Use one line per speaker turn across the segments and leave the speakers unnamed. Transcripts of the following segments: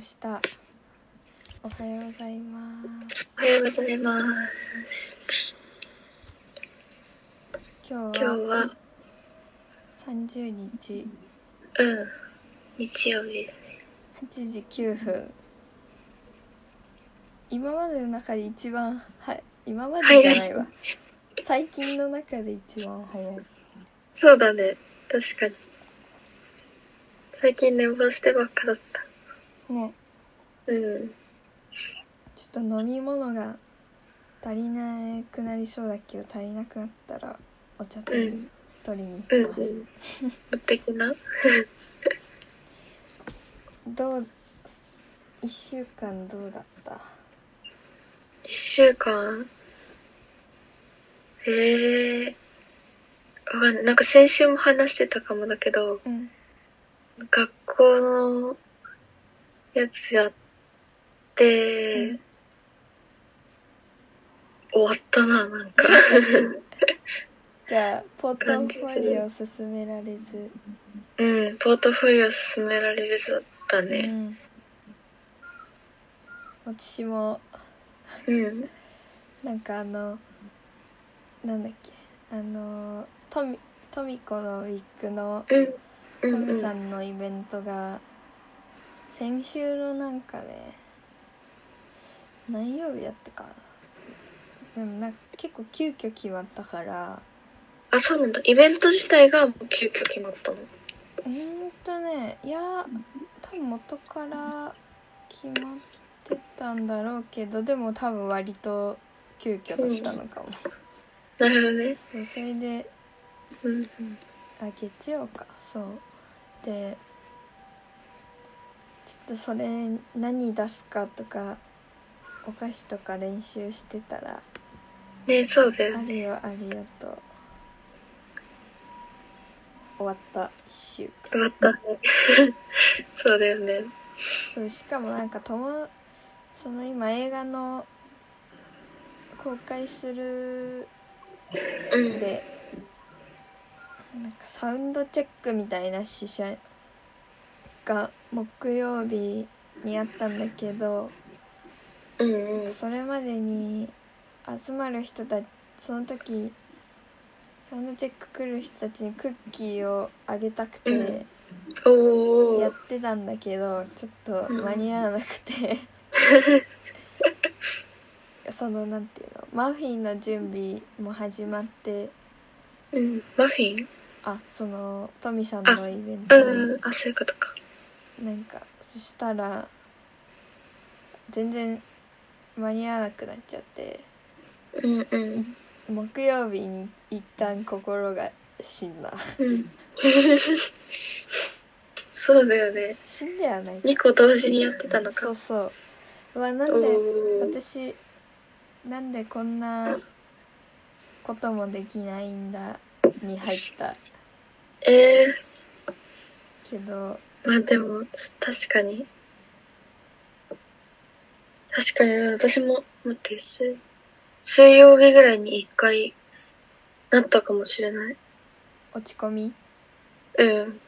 したおはようございます
おはようございます。
今日
今日
は
は、
30日
うん、日曜日だね。
8時9分今までの中で一番は今までじゃないわ最近の中で一番早い
そうだね、確かに。最近寝坊してばっかだった。
ね
うん。
ちょっと飲み物が足りなくなりそうだけど足りなくなったらお茶取り,、
うん
取りに行
う
き
ん、う
ま
ん。
す、
持ってきな。
どう1週間どうだった
一週間ええわかんない。なんか先週も話してたかもだけど、
うん
学校のやつやって、
うん
終わったな、なんか。
じゃあポートフォリオ勧められず、
うん、ポートフォリオ進められずだった
う
ね。
ん、私も
うん。
なんかあのなんだっけあのトミトミコのウィッグの
うん。う
ト
ん。う
ム
ん。
さ
あ
んのイベントが先週のなんかね何曜日だったかなでもなんか結構急遽決まったから
そうなんだ。イベント自体がもう急遽決まったの。
うーんとねいや多分元から決まってたんだろうけどでも多分割と急遽だったのかも、
なるほどね。
そうそれで
うん。
あ月曜かそうでちょっとそれ何出すかとかお菓子とか練習してたら
ねそうだ
あ
よね。
れよあれよと終わった1週間
決まったね。 そうだよね。
そうしかもなんか友その今映画の公開する
うん。
でなんかサウンドチェックみたいな試写が木曜日にあったんだけど
うんうん。
それまでに集まる人たちその時サウンドチェック来る人たちにクッキーをあげたくて
お
やっ
ー。
てたんだけどちょっと間に合わなくてそのなんていうのマフィンの準備も始まって。
うん。マフィン
あそのトミさんのイベント
うん。あ、そういうことか。
なんかそしたら全然間に合わなくなっちゃって
うんうん。
木曜日に一旦心が死んだ
うん。そうだよね。
死んではない
2個同時にやってたのか。
そうそううわな
お
んで
ー。
私なんでこんなこともできないんだに入った
えー。
けど
まあでも、す確かに。確かに、うん私も、待って、水、水曜日ぐらいに一回、なったかもしれない。
落ち込み
うん。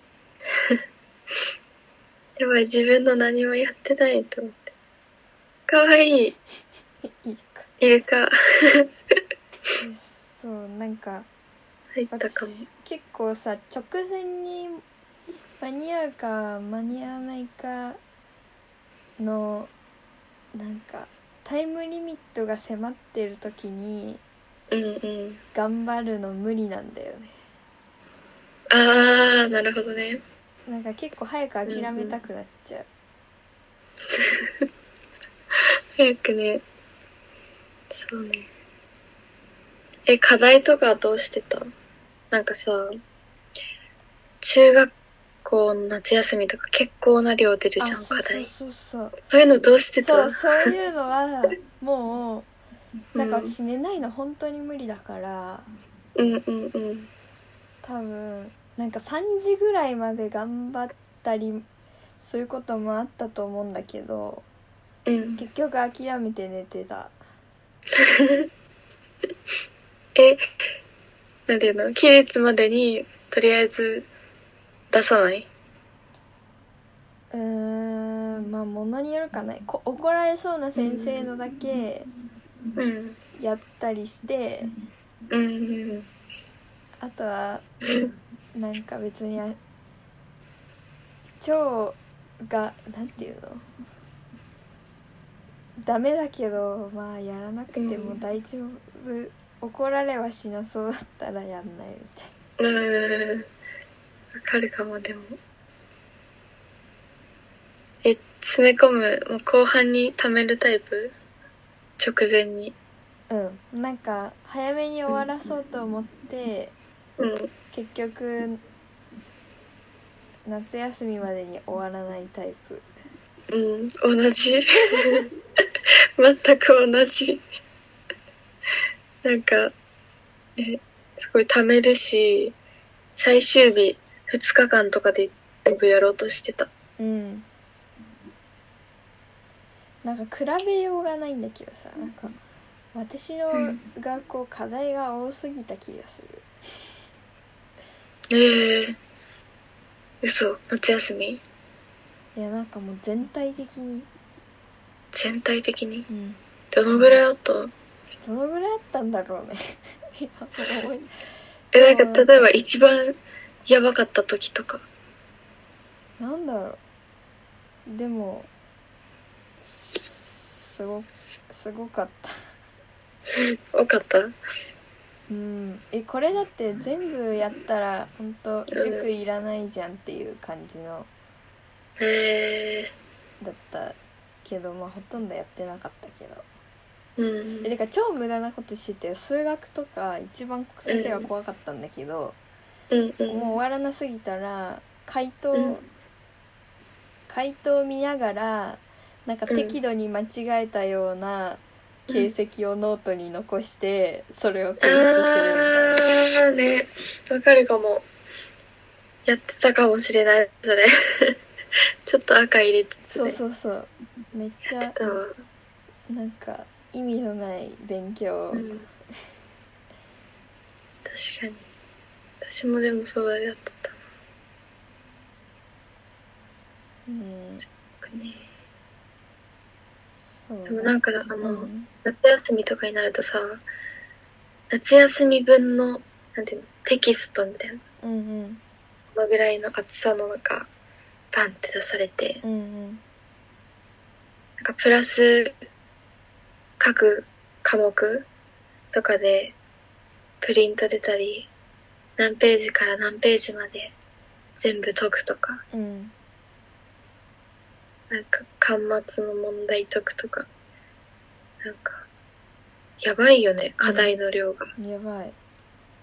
やばい、自分の何もやってないと思って。かわいい、
いいか
イルカ、
でそうなんか
入ったかも。
私結構さ直前に間に合うか間に合わないかのなんかタイムリミットが迫ってる時に
うんうん。
頑張るの無理なんだよね
あー、なるほどね。
なんか結構早く諦めたくなっちゃう、
早くね。そうね。え、課題とかどうしてたなんかさ、中学校の夏休みとか結構な量出るじゃ
あ
ん、
そ
課
うそう
題。
そうそう
そういうのどうしてた
そうそういうのはもうなんか
うん
私寝ないの本当に無理だから
うんうんうん。
多分なんか3時ぐらいまで頑張ったりそういうこともあったと思うんだけど
うん。
結局諦めて寝てた
え、なんていうの期日までに、とりあえず、出さない
うんうんまあものによるかなこ怒られそうな先生のだけ
うん。
やったりして
うんうん。
あとはなんか別にあ超がなんていうのダメだけどまあやらなくても大丈夫、怒られはしなそうだったらやんないみたい
うん。わかるかも、でも。え、詰め込む、もう後半に溜めるタイプ直前に。
なうんなんか早めに終わらそうと思って
うん。
結局夏休みまでに終わらないタイプ
うん。同じ。 全く同じ。なんか、ね、すごい溜めるし、最終日、2日間とかで全部やろうとしてた。
うんなんか比べようがないんだけどさなんか私の学校課題が多すぎた気がする
ええ嘘夏休み
いやなんかもう全体的に、
全体的に
うん、
どのぐらいあった
どのぐらいあったんだろうね いや思い
え、なん
う
か
ん
例えば一番やばかった時とか。
なんだろうでもすごすごかった
多かった
うんえこれだって全部やったら本当塾いらないじゃんっていう感じの
ええ
だったけどまあほとんどやってなかったけど
うん
え。てか超無駄なことしてて数学とか一番先生が怖かったんだけど、
うんう。
もうん終わらなすぎたら回答、
うん
回答見ながらなんか
うん
適度に間違えたような形跡をノートに残してそれを提出するみたいな。
あーね、わかるかも。やってたかもしれない、それ。 ちょっと赤入れつつ
そう
ね。
そうそうめっちゃ
やってたわ。
なんか意味のない勉強
うん。確かに。私もでもそうやってたな。
ね
ね
そう
でもなんか、あの、
うん
夏休みとかになるとさ、夏休み分の、なんていうの、テキストみたいな、
うんうん
このぐらいの厚さの中、バンって出されて、
うんうん
なんかプラス、各科目とかで、プリント出たり、何ページから何ページまで全部解くとか、
うん
なんか、巻末の問題解くとか、なんか、やばいよね、課題の量が。
やばい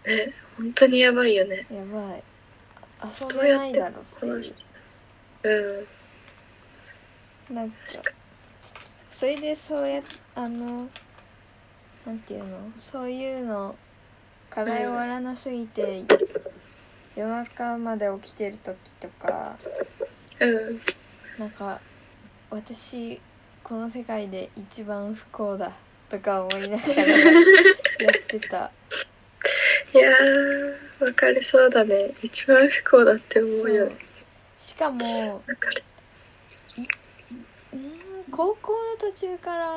ね、本当にやばいよね。
やばいあ遊べないだろって
こ
いう
の人うん
なんかそれでそうやあのなんていうのそういうの課題終わらなすぎて夜中まで起きてる時とか
うん
なんか私この世界で一番不幸だとか思いながらやってた
いやーわかりそうだね一番不幸だって思
そう
よ
う
ね
しかも
わかる
うん高校の途中から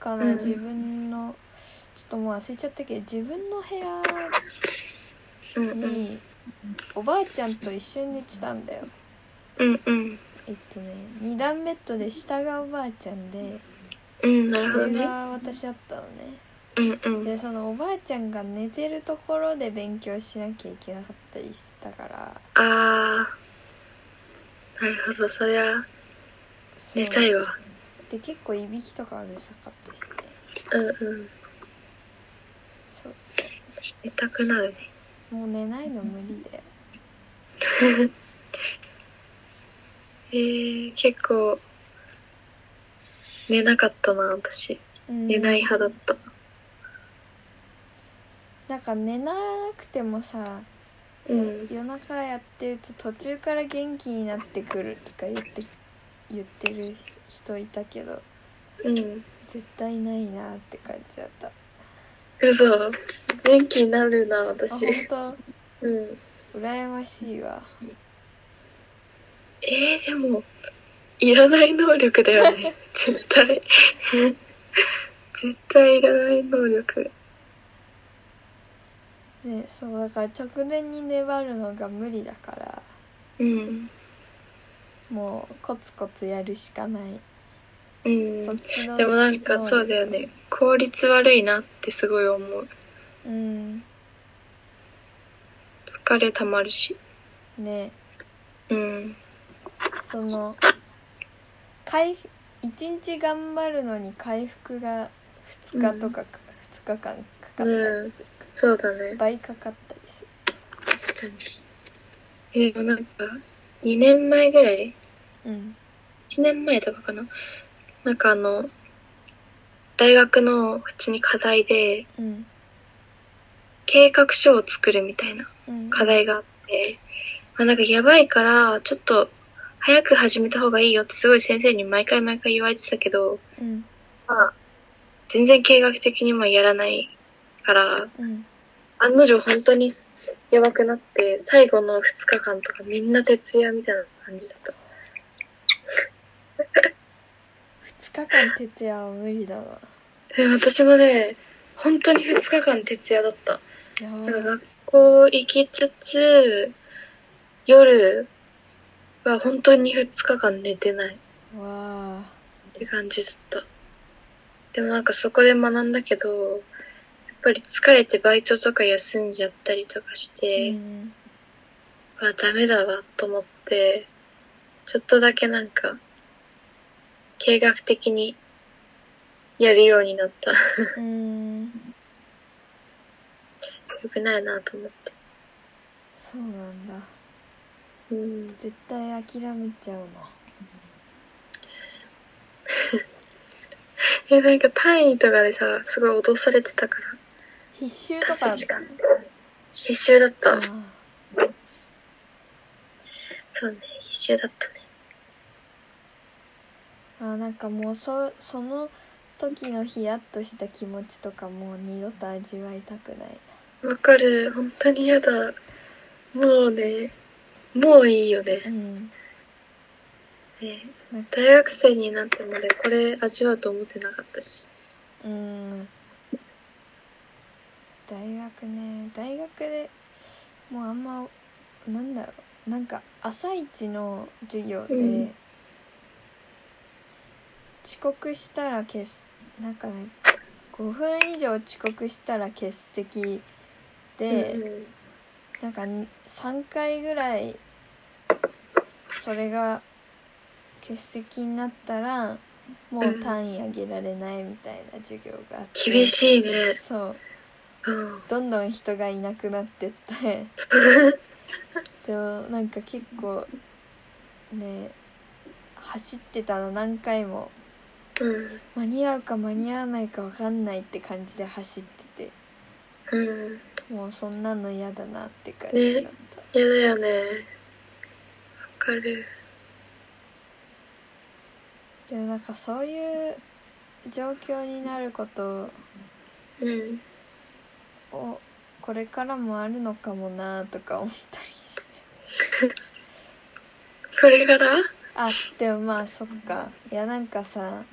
かな、
うん
自分のちょっともう忘れちゃったけど自分の部屋
うんうん
におばあちゃんと一緒に寝てたんだよ
うんうん
えっとね2段ベッドで下がおばあちゃんで
うんなるほど
上
ね
が私だったのね
うんうん
でそのおばあちゃんが寝てるところで勉強しなきゃいけなかったりしてたから
あーなるほどそりゃ
そう
寝たいわ
で結構いびきとかうるさかったしね
うんうん
そう
寝たくなるね
もう寝ないの無理だよ
えー、結構寝なかったな私
うん
寝ない派だった
なんか寝なくてもさ
うん
夜中やってると途中から元気になってくるとか言って言ってる人いたけど
うん
絶対ないなって感じだったあ
嘘元気になるな私
本
うん
当羨ましいわ
えー、でも、いらない能力だよ ね。絶対。絶対いらない能力。
ねそうだから直前に粘るのが無理だから
うん。
もうコツコツやるしかない、
うん
そっ。ちの
でもなんかそうだよね。効率悪いなってすごい思う。
うん
疲れ溜まるし。
ね
うん。
その回復一日頑張るのに回復が2日とかか、2日間かかったりする、
そうだね。
倍かかったりす
確かに。え、でもなんか、2年前ぐらい
るうん
1年前とかかななんかあの、大学の普通に課題で、
うん
計画書を作るみたいな
うん
課題があって、まあなんかやばいから、ちょっと早く始めた方がいいよってすごい先生に毎回毎回言われてたけど、
うん
まあ、全然計画的にもやらないから、
うん
案の定本当にやばくなって、最後の2日間とかみんな徹夜みたいな感じだった。
2日間徹夜は無理だな
で私もね、本当に2日間徹夜だった。
や
なんか
ばい
学校行きつつ、夜は本当に2日間寝てないっ
わあ
て感じだった。でもなんかそこで学んだけど、やっぱり疲れてバイトとか休んじゃったりとかし
う
て、
ん
あ、ダメだわと思って、ちょっとだけなんか、計画的にやるようになった。
うん
よくないなと思って。
そうなんだ
うん。
絶対諦めちゃうな
え、なんか単位とかでさ、すごい脅されてたから。
必修とか
達成時間必修だった。
ああ
そうね、必修だったね。
あなんかもうそその時のヒヤッとした気持ちとかもう二度と味わいたくない
わかる。本当に嫌だ。もうね、もういいよね。
なうん
ね
なんか
大学生になってまでこれ味わうと思ってなかったし。
うん大学ね大学でもうあんまなんだろうなんか朝一の授業で、
うん
遅刻したら欠なんかね5分以上遅刻したら欠席で、
うん
なんかに3回ぐらいそれが欠席になったらもう単位上げられないみたいな授業があって
厳しいね。
そう
うん。
どんどん人がいなくなってってでもなんか結構ね走ってたの何回も
うん。
間に合うか間に合わないか分かんないって感じで走って
うん。
てもうそんなの嫌だなって感じだった、
嫌だよね。わかる。
でもなんかそういう状況になること
うん。
をこれからもあるのかもなとか思ったりして
これから
あでもまあそっかいやなんかさ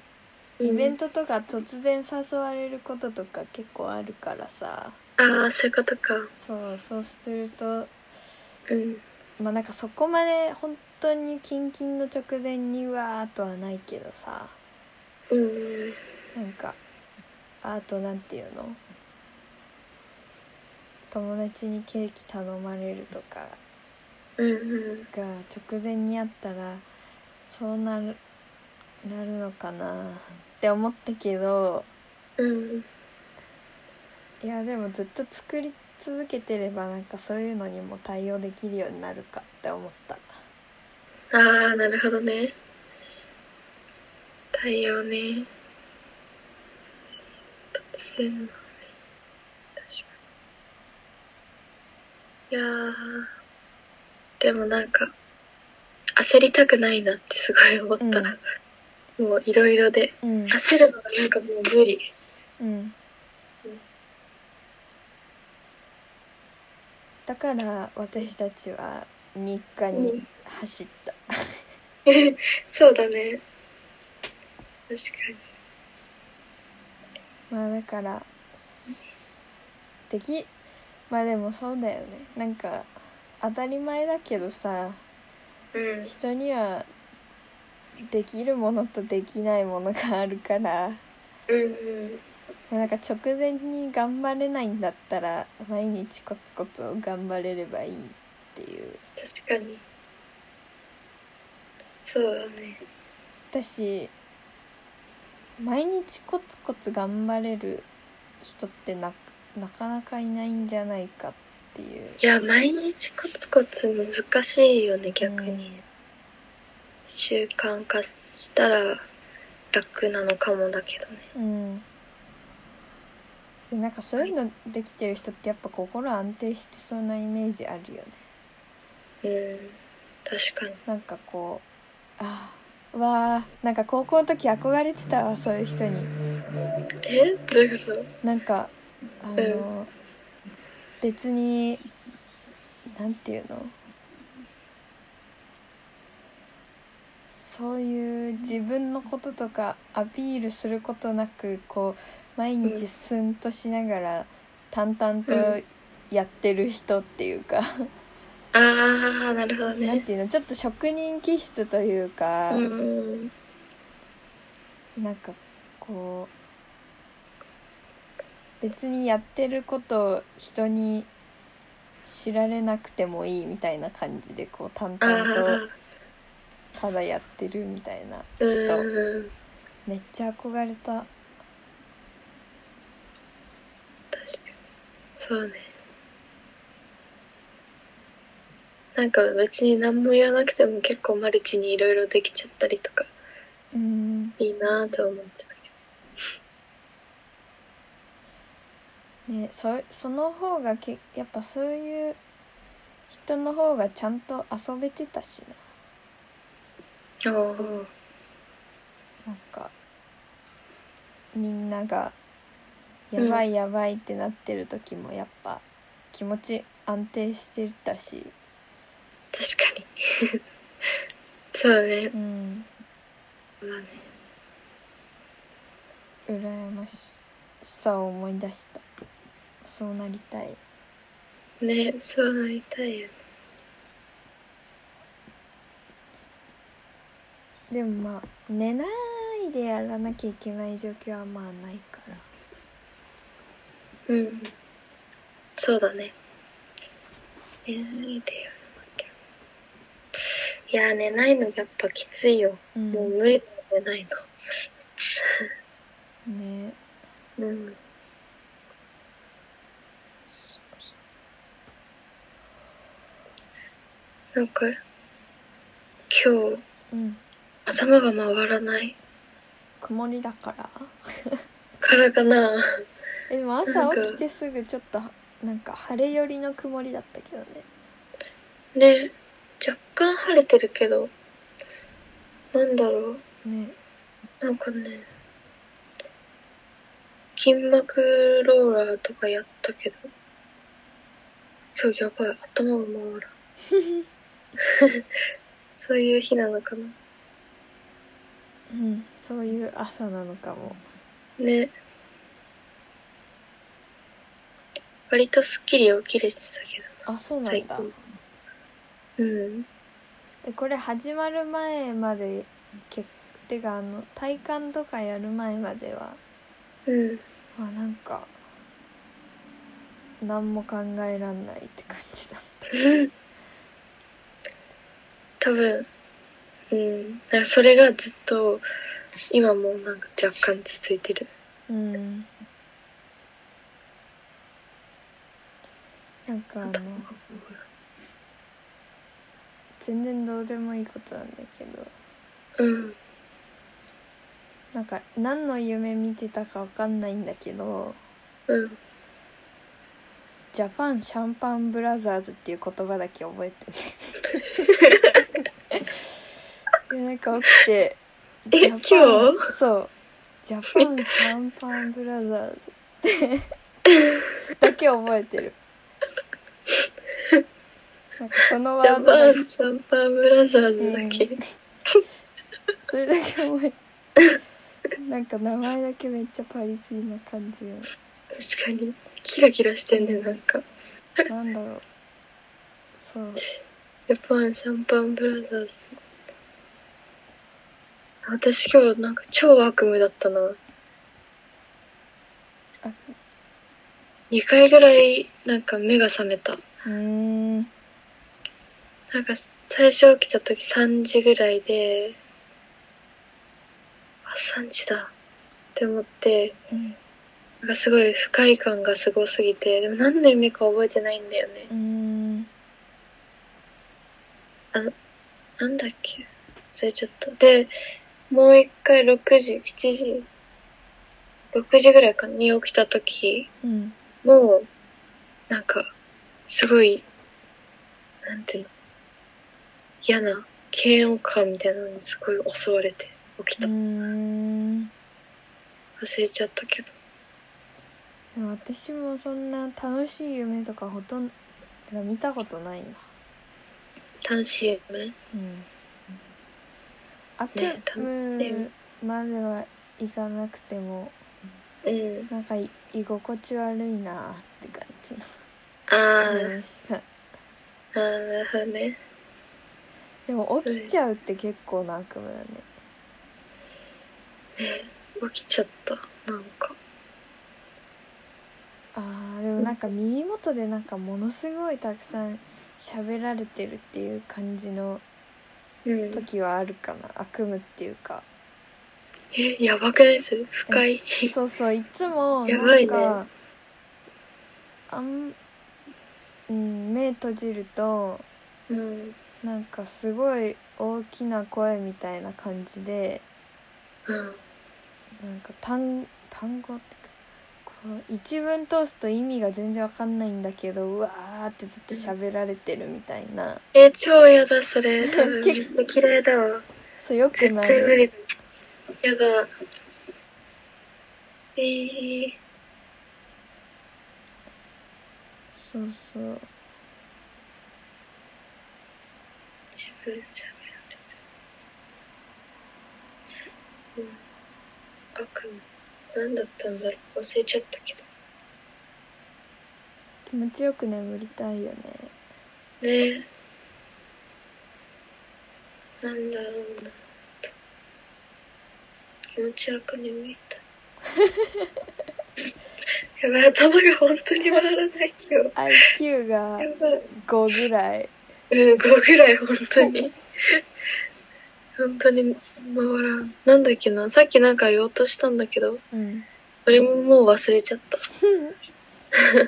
うん
イベントとか突然誘われることとか結構あるからさ
ああ、そういうことか。
そうそうすると
うん。
まあなんかそこまで本当にキンキンの直前にうわーとはないけどさ
うん。
なんかあとなんていうの友達にケーキ頼まれるとか
うん。うん。
が直前にあったらそうなるなるのかなって思ったけど
うん。
いやでもずっと作り続けてればなんかそういうのにも対応できるようになるかって思った
ああ、なるほどね。太陽ね。突然のね。確かに。いやー。でもなんか、焦りたくないなってすごい思った。もういろいろで。
うん
焦るのがなんかもう無理。
うんだから私たちは日課に走った、
そうだね。確かに。
まあだからできまあでもそうだよねなんか当たり前だけどさ
うん。
人にはできるものとできないものがあるから
うんうん。
なんか直前に頑張れないんだったら毎日コツコツを頑張れればいいっていう
確かに。そうだね。
私毎日コツコツ頑張れる人ってななかなかいないんじゃないかっていう
いや、毎日コツコツ難しいよね、逆に。習慣化したら楽なのかもだけどね。
うんでなんかそういうのできてる人ってやっぱ心安定してそうなイメージあるよね
うん。確かに。
なんかこうああわあなんか高校の時憧れてたわそういう人に
えどういうこと
なんかあの、別になんていうのそういう自分のこととかアピールすることなくこう毎日スンとしながら淡々と
うん
やってる人っていうか、
あー、なるほど
なん
ね。
ていうのちょっと職人気質というか、
うん。
なんかこう別にやってることを人に知られなくてもいいみたいな感じでこう淡
あ
々
ー
と。ただやってるみたいな人
うん。
めっちゃ憧れた
確かに。そうね。なんか別に何も言わなくても結構マルチにいろいろできちゃったりとか、
うん
いいなぁとは思ってたけ
ねそその方がけやっぱそういう人の方がちゃんと遊べてたしな
ど。おー
なんかみんながやばいやばいってなってる時もやっぱ気持ち安定してたし、
確かに。そうね。
うん、
まあね。
羨ましさを思い出したそうなりたい
ね、そうなりたいよね。
でもまあ寝ないでやらなきゃいけない状況はまあないから
うん。そうだね。寝ないでやらなきゃ。いやー、寝ないのやっぱきついよ。
うん
もう無理だよ、寝ない
ね
の。うん。なんか、今日、
うん
頭が回らない
曇りだから
からかな。
えでも朝起きてすぐちょっとなんか晴れ寄りの曇りだったけどね
ね、若干晴れてるけど、なんだろう。
ね
なんかね、筋膜ローラーとかやったけど、今日やばい、頭が回らん。 そういう日なのかな。
うんそういう朝なのかも
ね。割とスッキリ起きれてたけ
あそうな
ど、
んだ
近。うん。
えこれ始まる前までけてかあの体感とかやる前までは
うん。
あなんか何も考えらんないって感じだ
多分、うん。だからそれがずっと、今もなんか若干続いてる。
うんなんかあの全然どうでもいいことなんだけど
うん。
なんか何の夢見てたかわかんないんだけど
うん。
ジャパンシャンパンブラザーズっていう言葉だけ覚え てるいやなんか起きて
え
ジャパン
今
そうジャパンシャンパンブラザーズ ってだけ覚えてるなんかそのワ
ジ
ー
ャ
ドだ
パ
け
ンシャンパンブラザーズだけ。
それだけ思いなんか名前だけめっちゃパリピな感じよ
確かに。キラキラしてんね、なんか。
なんだろうそう
ジャパンシャンパンブラザーズ。私今日なんか超悪夢だったな。
あ
2回ぐらいなんか目が覚めた。
うーん
なんか最初起きた時3時ぐらいで、あ、3時だって思って、
うん
なんかすごい不快感がすごすぎて、でも何の夢か覚えてないんだよね
う。ーん
なんだっけ忘れちゃった。で、もう一回6時、7時、6時ぐらいかなに起きた時
うん
もう、なんか、すごい、なんていうの、嫌な、嫌悪感みたいなのにすごい襲われて起き
うー
た。
ん
忘れちゃったけど。
でも私もそんな楽しい夢とかほとんどてか見たことないな
楽しい夢
うん悪
ね楽しい
夢まではいかなくても
うん。
なんかい居心地悪いなって感じの
あー、
夢しか
あー、なるほどね。
でも起きちゃうって結構な悪夢だね
起きちゃった。なんか。
あーでもなんか耳元でなんかものすごいたくさん喋られてるっていう感じの
うん。
時はあるかな悪夢っていうか
え、 やばくないそれ不快。
そうそういつも
やば
ないん
ね
か、あんうん目閉じると
うん。
なんかすごい大きな声みたいな感じで
うん。
なんか単単語ってかこう一文通すと意味が全然わかんないんだけどうわーってずっと喋られてるみたいな
え、超嫌だ、そ れ。多分、めっちゃ嫌いだわ。
そうよく
絶
な
対無
る
理だ。やだ。えー、
そうそう
自分じゃべられる。うん。悪夢。なんだったんだろう。忘れちゃったけど。
気持ちよく眠りたいよね
ねえ。なんだろうな。気持ち悪く眠いた。やばい、頭が本当に回らない今日。
IQ が
やばい。
5ぐらい
うん、5ぐらい、本当に。本当に回らん。なんだっけな、さっきなんか言おうとしたんだけど、
うん
それももう忘れちゃった。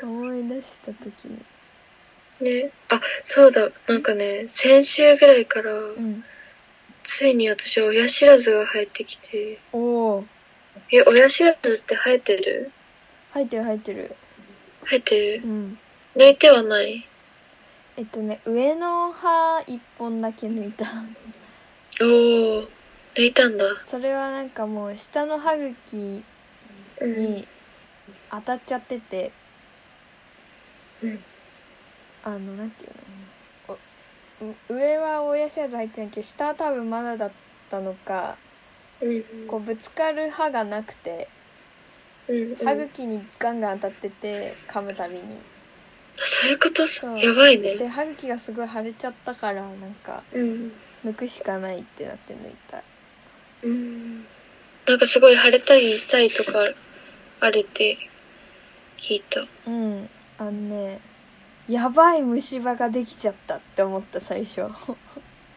思い出した時に
ね。あ、そうだ、なんかね、先週ぐらいから、
うん
ついに私、親知らずが生えてきて、
おお
え、親知らずって生えてる
入ってる入ってる
生えてる
うん
抜いてはない
えっとね上の歯1本だけ抜いた
おー、抜いたんだ。
それはなんかもう下の歯茎
うん。
に当たっちゃってて
うん
あのなんていうのおう上は親知らず入ってないけど下は多分まだだったのか
うん。
こうぶつかる歯がなくて
うん、うん。
歯茎にガンガン当たってて噛むたびに
そういうことさ、
そう
やばいね。
で歯茎がすごい腫れちゃったからなんか
うん。
抜くしかないってなって抜いた
うんなんかすごい腫れたり痛いとかあるって聞いた。
うんあのねやばい虫歯ができちゃったって思った最初
あ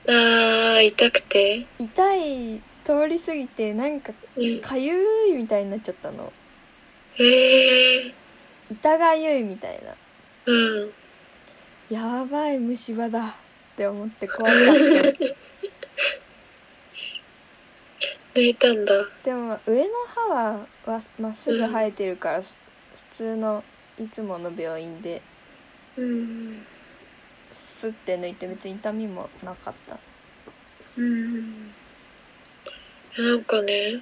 ー、痛くて。
痛い通り過ぎてなんか
うん。
かゆいみたいになっちゃったの
えー、
痛がゆいみたいな
うん。
やばい虫歯だって思って怖かった
抜いたんだ。
でも上の歯はわまっすぐ生えてるから、普通のいつもの病院で
うん。
スッて抜いて別に痛みもなかった
うん。なんかね、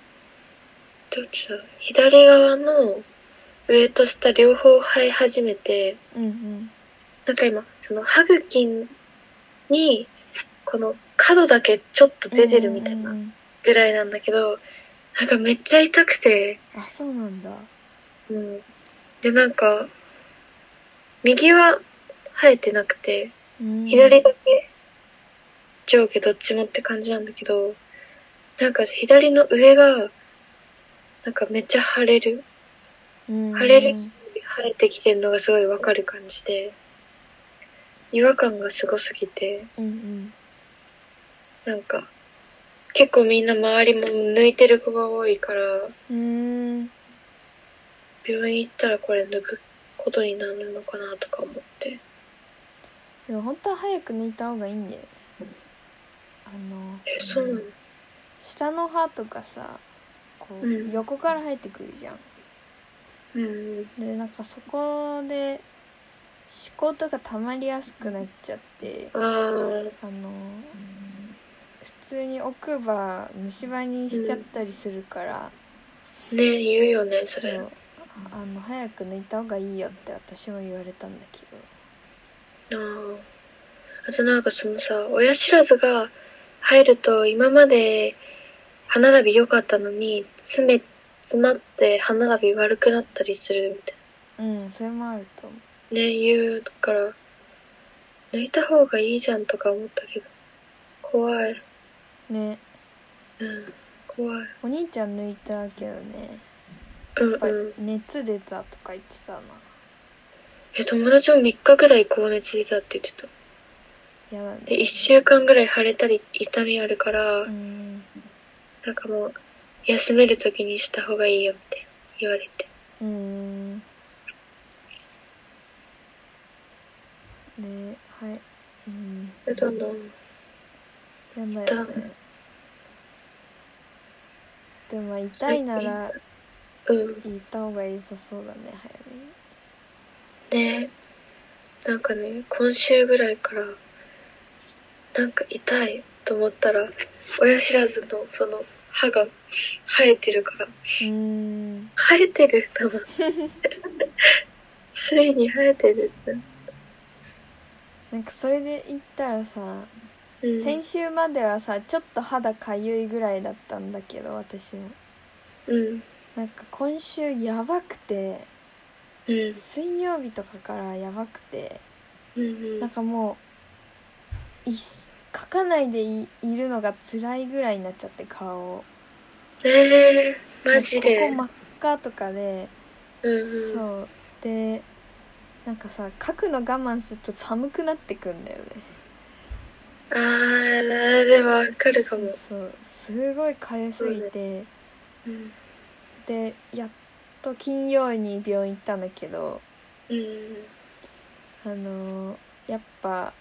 どっちだ左側の上と下両方生え始めて、
うんうん
なんか今、その歯茎に、この角だけちょっと出てるみたいな。
うん
ぐらいなんだけど、なんかめっちゃ痛くて、
あそうなんだ
うん。で、なんか、右は生えてなくて、
うん
左だけ上下どっちもって感じなんだけど、なんか左の上が、なんかめっちゃ腫れる。
うん
腫れるし、腫れてきてるのがすごいわかる感じで、違和感がすごすぎて、
うんうん
なんか、結構みんな周りも抜いてる子が多いから、
うーん
病院行ったらこれ抜くことになるのかなとか思って。
でも本当は早く抜いた方がいいんだよねあの
え、そうなの
下の歯とかさこう、
うん
横から生えてくるじゃん
うん。
でなんかそこで思考とか溜まりやすくなっちゃって
ああ、
あの普通に奥歯虫歯にしちゃったりするから、
ね言うよね、そ
そ
れ。
うあの早く抜いた方がいいよって私も言われたんだけど
ああ。あとなんかそのさ、親知らずが入ると今まで歯並び良かったのに、詰め、詰まって歯並び悪くなったりするみたい
うんそれもあると思
な。ね言うから、抜いた方がいいじゃんとか思ったけど。怖い。
うね
うん。怖い。
お兄ちゃん抜いたけどね
うん
やっぱ
うん。
熱出たとか言ってたな
え、友達も3日ぐらい高熱出たって言ってた。
嫌だね
で、1週間ぐらい腫れたり痛みあるから、
うん
なんかもう、休める時にした方がいいよって言われて。
うーん。ねはい。うん。
やだな
やんないよね。でもまあ痛いなら
うん。
言った方が良さそうだね、早めに。
ねなんかね、今週ぐらいから、なんか痛いと思ったら、親知らずのその歯が生えてるから、
うーん。
生えてると 思って。ついに生えてるって。
なんかそれで言ったらさ、
うん。
先週まではさ、ちょっと肌かゆいぐらいだったんだけど、私も。
うん。
なんか今週やばくて、
うん。
水曜日とかからやばくて。
うん。う
なん
ん。
かもういし描かないでいいるのが辛いぐらいになっちゃって顔を
ええマジで。
なんかここ真っ赤とかで、
うんうん。
そうでなんかさ描くの我慢すると寒くなってくんだよね
あー、でもわかるかも。
そうすごいかゆすぎて
うん。
でやっと金曜に病院行ったんだけど
うん。
あのーやっぱ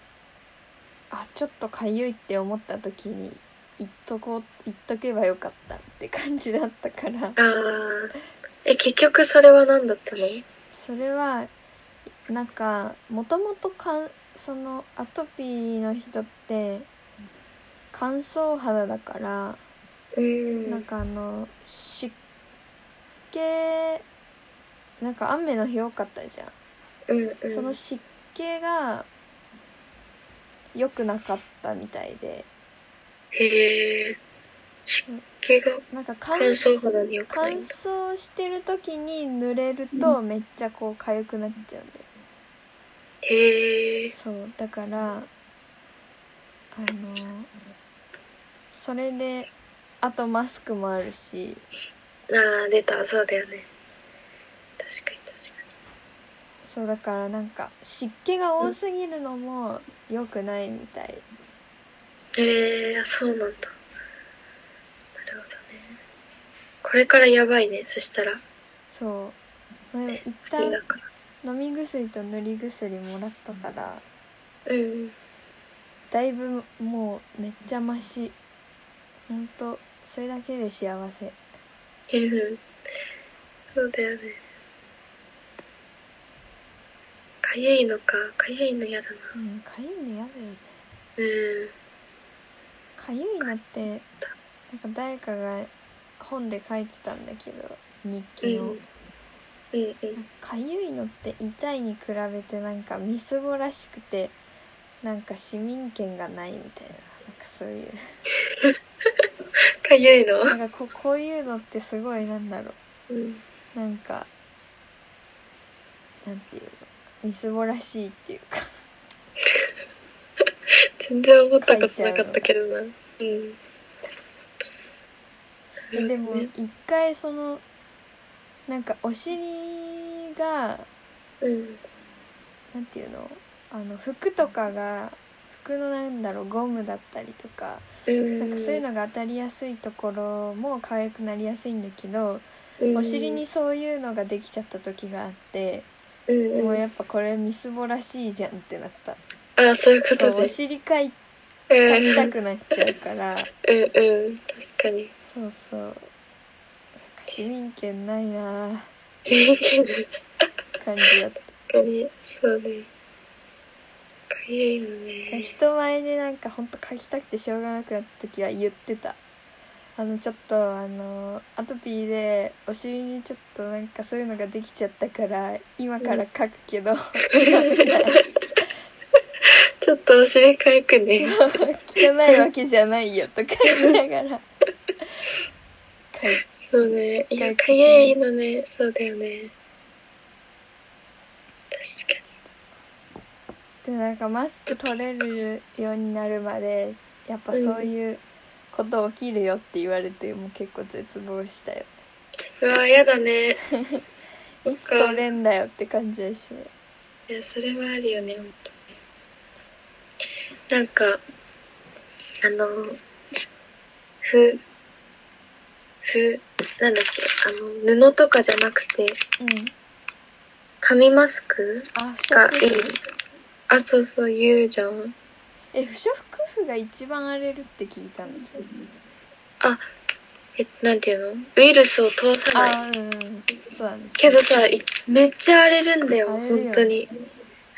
あちょっとかゆいって思った時に言っとこう言っとけばよかったって感じだったから
あー。え、結局それは何だったの
それはなんかもともとかんそのアトピーの人って乾燥肌だから、
うん。
なんかあの湿気なんか雨の日多かったじゃん
うんうん、
その湿気が良くなかったみたいで
へえ湿気が
なんか乾
乾燥肌に良くない
乾
んだ
燥してる時に濡れるとめっちゃこう痒くなっちゃうんだよ
へえ
そうだからあのそれであとマスクもあるし
ああ出たそうだよね確かに確か
そうだからなんか湿気が多すぎるのも良くないみたい
にへえそうなんだなるほどねこれからやばいねそしたら
そうでも一
次
旦
だから
飲み薬と塗り薬もらったから
うん
だいぶもうめっちゃマシほんとそれだけで幸せ
うんそうだよねかゆいのかかゆいの嫌だな
うんかゆいの嫌だよね
うん
かゆいのってなんか誰かが本で書いてたんだけど日記の、
うんうんうん
かゆいのって痛いに比べてなんかみすぼらしくてなんか市民権がないみたいななんかそういう
かゆいの。
なんかここういうのってすごいなんだろ
うん。
うなんかなんていうのみすぼらしいっていうか
全然思ったことなかったけどな。うん。
えでも
ね
一回そのなんかお尻が
うん。
なんていうのあの服とかが服のなんだろうゴムだったりとか
うん。
なんかそういうのが当たりやすいところも可愛くなりやすいんだけど
うん
お尻に、そういうのができちゃった時があって
うんうん
もうやっぱこれみすぼらしいじゃんってなった
あ、そういうこと
そうお
ね。
尻かい
うん
描きたくなっちゃう から
うんうん。確かに。
そうそうなんか市民権ないなあ
確
感じだった
かに。そうね。かゆいのね。
人前でなんかほんと書きたくてしょうがなくなった時は言ってたあのちょっとあのアトピーでお尻にちょっとなんかそういうのができちゃったから今から書くけど、
ちょっとお尻かゆくね。
汚いわけじゃないよとか言いながら書い
そうね。い
かゆ
や、
い
かゆいのね。そうだよね。確か
でなんかマスク取れるようになるまでやっぱそういうこと起きるよって言われてもう結構絶望したよ
に。うわ、やだね。
いつ取れんだよって感じだしね
いや、それはあるよね、本当に。なんか、あの、ふ、ふ、なんだっけ、あの、布とかじゃなくて、
うん
紙マスク
あ不
がい
織
い
布。
あ、そうそう、言うじゃん。
え不織布が一番荒れるって聞いたんだけど
え、なんていうのウイルスを通さない。
あうんうんそうなんです
けどさ、いめっちゃ荒れるんだよ、
荒れるよね
本当に。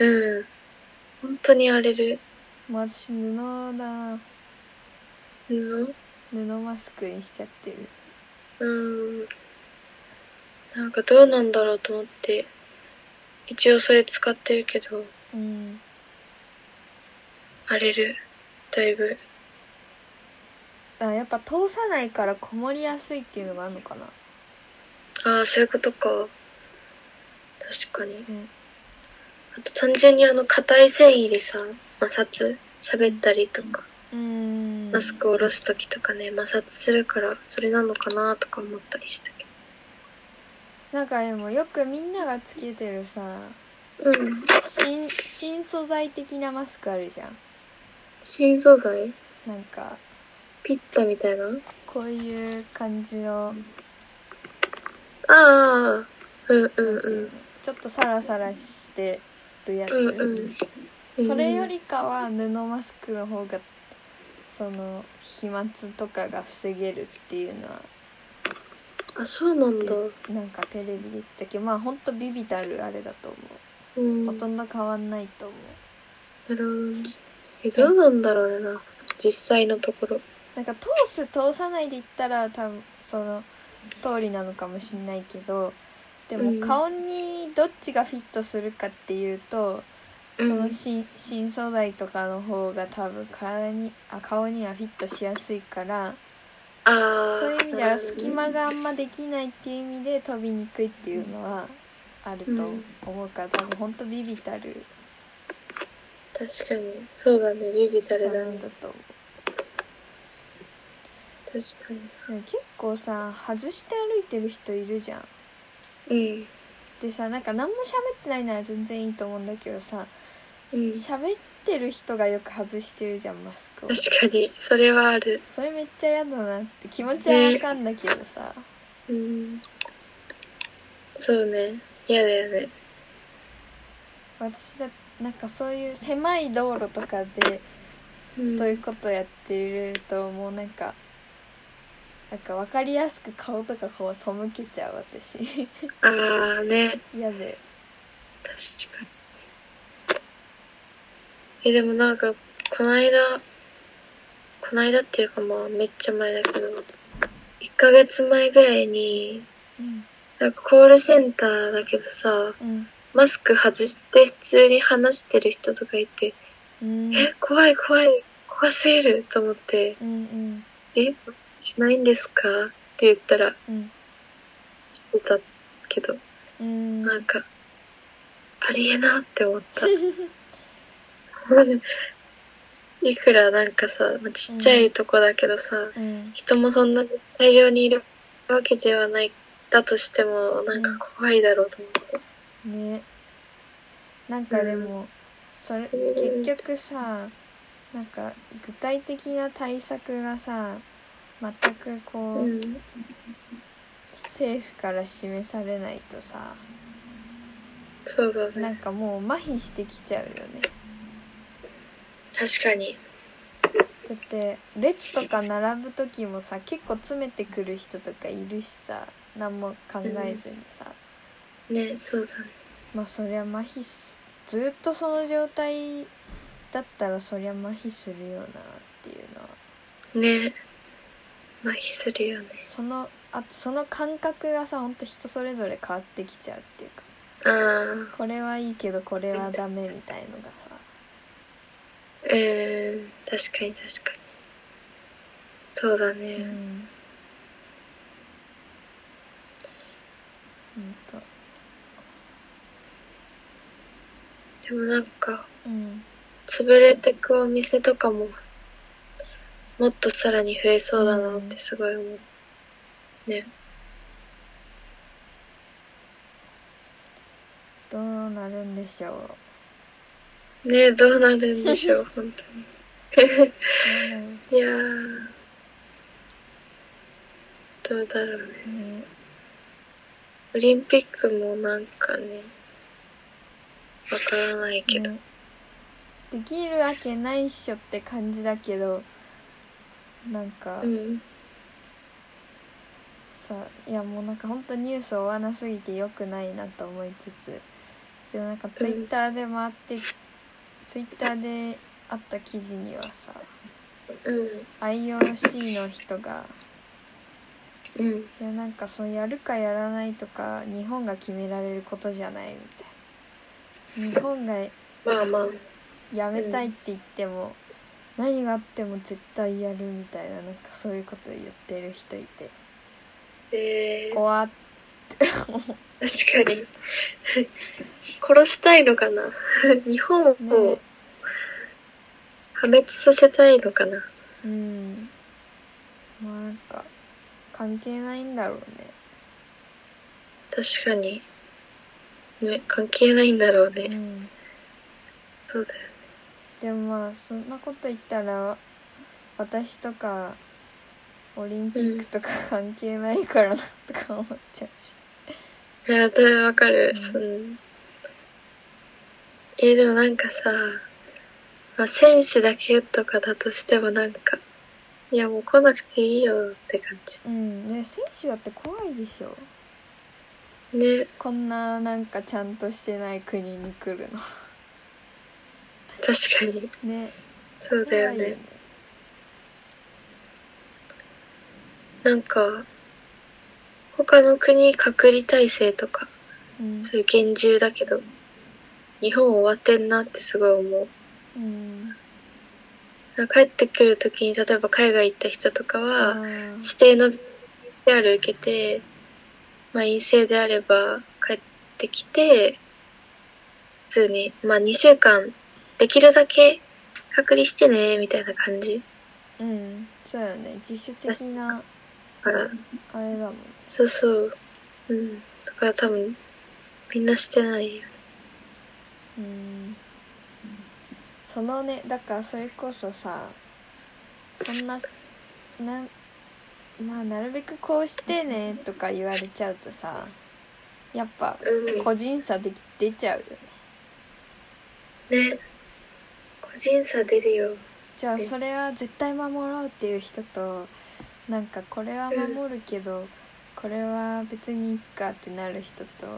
うん。本当に荒れる。
もう私布だな
うん
布マスクにしちゃってる
うん。なんかどうなんだろうと思って、一応それ使ってるけど、
うん
荒れる。だいぶ。
あやっぱ通さないからこもりやすいっていうのがあるのかな
ああ、そういうことか。確かに。
ね
あと単純にあの硬い繊維でさ、摩擦喋ったりとか、
うーん
マスクを下ろすときとかね、摩擦するから、それなのかなとか思ったりしたけ
なんかでもよくみんながつけてるさ
ど。うん。
新新素材的なマスクあるじゃん
新素材
なんか
ピッタみたいなあ
こういう感じの
あ、うんうんうん。
ちょっとサラサラしてるやつ、
うんうん。
それよりかは布マスクの方がその飛沫とかが防げるっていうのは
あ、そうなんだ。
なんかテレビで言ったけどまあほんとビビたるあれだと思
うん。
うほ
なるほ
と
ど。
んど変わんないと思う
え、どうなんだろうな。実際のところ。
なんか通す通さないで言ったら多分その通りなのかもしんないけどで
うん
も顔にどっちがフィットするかっていうと、
うん
その新新素材とかの方が多分体にあ顔にはフィットしやすいから。
ああ。
そういう意味で
な
は
るほどね
隙間があんまできないっていう意味で飛びにくいっていうのはあると思うから多分ほんとビビたる
確かに。そうだね。ビビたれだ
ん
ね。
だと思
確かに。
うでも結構さ外して歩いてる人いるじゃん
うん。
でさなんか何も喋ってないなら全然いいと思うんだけどさ
うん。
喋ってる人がよく外してるじゃんマスクを
確かに。それはある。
それめっちゃ嫌だなって気持ちはわかんだけどさ
うん。そうね。嫌だよね。
私だなんかそういう狭い道路とかで
うん、
そういうことやってるともうなんかなんか分かりやすく顔とかこう背けちゃう私
ああ、ね。
嫌で
確かに。え、でもなんか、こないだ、こないだっていうかまあ、めっちゃ前だけど、1ヶ月前ぐらいに、
うん
なんかコールセンターだけどさ、
うん
マスク外して普通に話してる人とかいて、
うん
え、怖い怖い、怖すぎると思って、
うんうん
え、しないんですかって言ったら、
うん
してたけど、
うん
なんか、ありえなって思った。 いくらなんかさ、まあちっちゃいとこだけどさ、
うん
人もそんなに大量にいるわけではない、だとしても、なんか怖いだろうと思って。
ねなんかでも、それ
うん
結局さなんか具体的な対策がさ全くこう、
うん。
政府から示されないとさ
そうだね。
なんかもう麻痺してきちゃうよね
確かに。
だって列とか並ぶ時もさ結構詰めてくる人とかいるしさ何も考えずにさ、
ね、そうだね。
まあそりゃ麻痺すずーっとその状態だったらそりゃ麻痺するよなっていうのは
ね。麻痺するよね。
そのあとその感覚がさほんと人それぞれ変わってきちゃうっていうか
ああ、
これはいいけどこれはダメみたいのがさ
うん。確かに確かに。そうだね。
うんうんと
でもなんか、
うん
潰れてくお店とかも、もっとさらに増えそうだなってすごい思う。ね。
どうなるんでしょうど
ねどうなるんでし ょう、本当に。
うなる
いやー。どうだろうね。
ね
オリンピックもなんかね、わからないけど。
ねできるわけないっしょって感じだけどなんか
うん。
さいやもうなんか本当ニュース追わなすぎてよくないなと思いつつでもなんかツイッターで回って、ツイッターであった記事にはさ
うん。
IOC の人が
うん。
いやなんかそのやるかやらないとか日本が決められることじゃないみたいな日本が
まあまあ。
やめたいって言っても、何があっても絶対やるみたいななんかそういうこと言ってる人いて
えー、
怖っ
確かに。殺したいのかな 日本を
ね
破滅させたいのかな
うんまあなんか関係ないんだろうね
確かに。ね、関係ないんだろう
う
ね。
ん
そうだよ。
でもまあそんなこと言ったら私とかオリンピックとか関係ないからなとか思っちゃうし
いや、だいぶわかる。
うん
そのえーでもなんかさ、まあ、選手だけとかだとしてもなんか、いや、もう来なくていいよって感じ。
うんね選手だって怖いでしょ
ね、
こんななんかちゃんとしてない国に来るの
確かに。
ね
そうだよ
怖い
ね。なんか、他の国隔離体制とか、
うん
そういう厳重だけど、日本終わってんなってすごい思う。
うん
帰ってくるときに、例えば海外行った人とかは、
ー
指定の PCR 受けて、まあ、陰性であれば帰ってきて、普通に、まあ、2週間、できるだけ隔離してね、みたいな感じ。
うんそうよね自主的な
だから、
あれだもん
そうそう。うん。だから多分、みんなしてないよ。
うんそのねだからそれこそさそんななまあなるべくこうしてねとか言われちゃうとさやっぱ
うん。
個人差で出ちゃうよね
ね。個人差出るよ。
じゃあそれは絶対守ろうっていう人となんかこれは守るけどこれは別にいっかってなる人と
うん。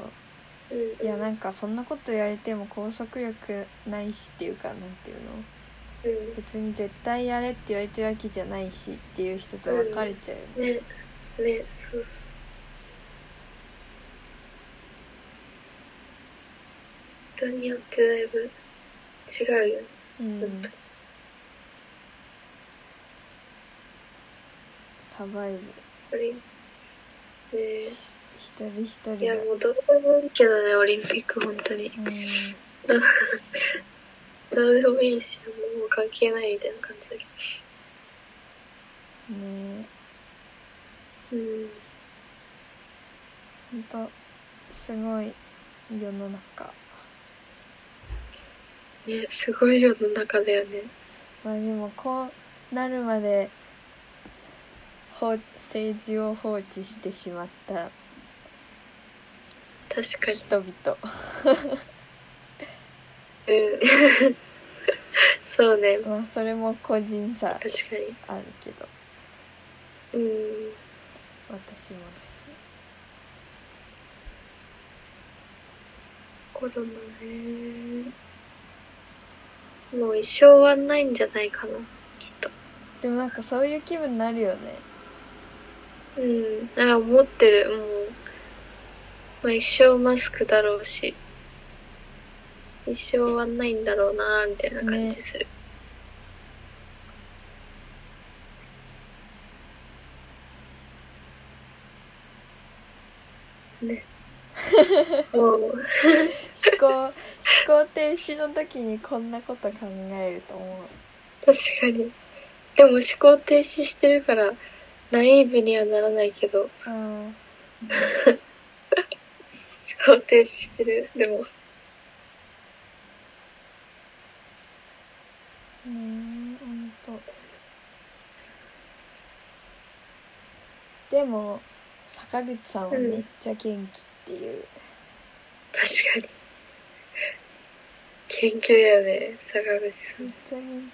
いやなんかそんなこと言われても拘束力ないしっていうかなんていうの
う
別に絶対やれって言われてるわけじゃないしっていう人と別れちゃうよね
ん。ね。ね。そうそう。人によってだいぶ違うよね。
うんサバイブ
オリンえ
一人一人
ーいや
が
もうどうでもいいけどねオリンピック本当に
うん
どうでもいいしもう関係ないみたいな感じだけ
ね
どうん
えほんとすごい世の中
ねすごい世の中だよね
まあでもこうなるまで放政治を放置してしまった
確かに
人々
うん そうね
まあそれも個人差
確か
あるけど
にうん
私もです
コロナねもう一生終わんないんじゃないかなきっと
でもなんかそういう気分になるよね
うんあ思ってるもう、まあ、一生マスクだろうし一生終わんないんだろうなみたいな感じする、ねも
思
う
考 思考停止の時にこんなこと考えると思
確かにでも思考停止してるからナイーブにはならないけど
うう
思
ん
考停止してるでも
ねえほんとでも坂口さんはめっちゃ元気っていう、
確かに元気だよね坂口さん
めっちゃ元
元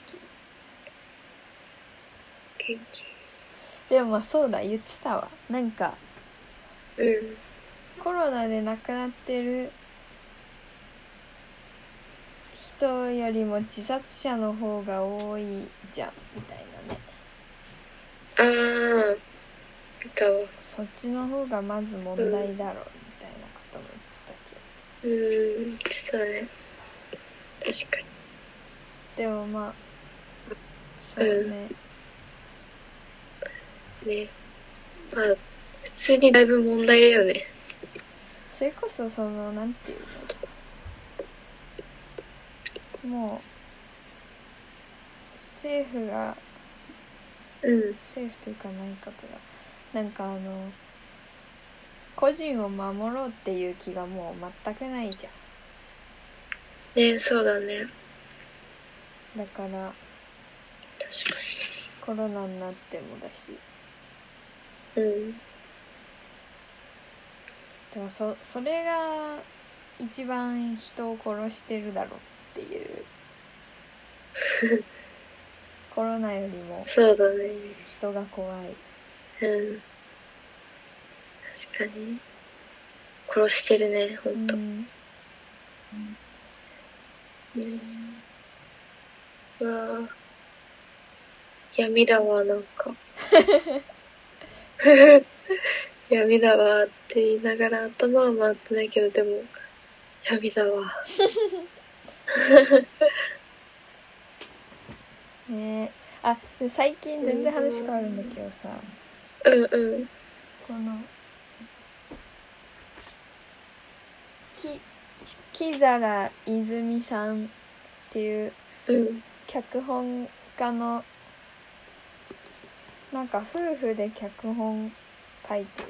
気
気でもまあそうだ言ってたわなんか
うん
コロナで亡くなってる人よりも自殺者の方が多いじゃんみたいなね
ああ見たわ
そっちの方がまず問題だろうみたいなことも言ってたけ
うんそうだね確かに
どでもまあそうね、
ねまあ普通にだいぶ問題だよね
それこそそのなんていうのもう政府が
うん
政府というか内閣がなんかあの個人を守ろうっていう気がもう全くないじゃ
ねそうだね
んだから
確か
コロナになってもだし
にう
だ
ん
からそそれが一番人を殺してるだろうっていうコロナよりも
そうだね
人が怖い
うん確かに殺してるねほ
うん
と、
ん
うんうわぁ闇だわ、なん か。闇だわって言いながら頭は回ってないけど、でも、闇だわ。
ねえあで最近全然話変わるんだけどさ
うんうん。
このき木皿泉さんっていう
うん。
脚本家のなんか夫婦で脚本書いてる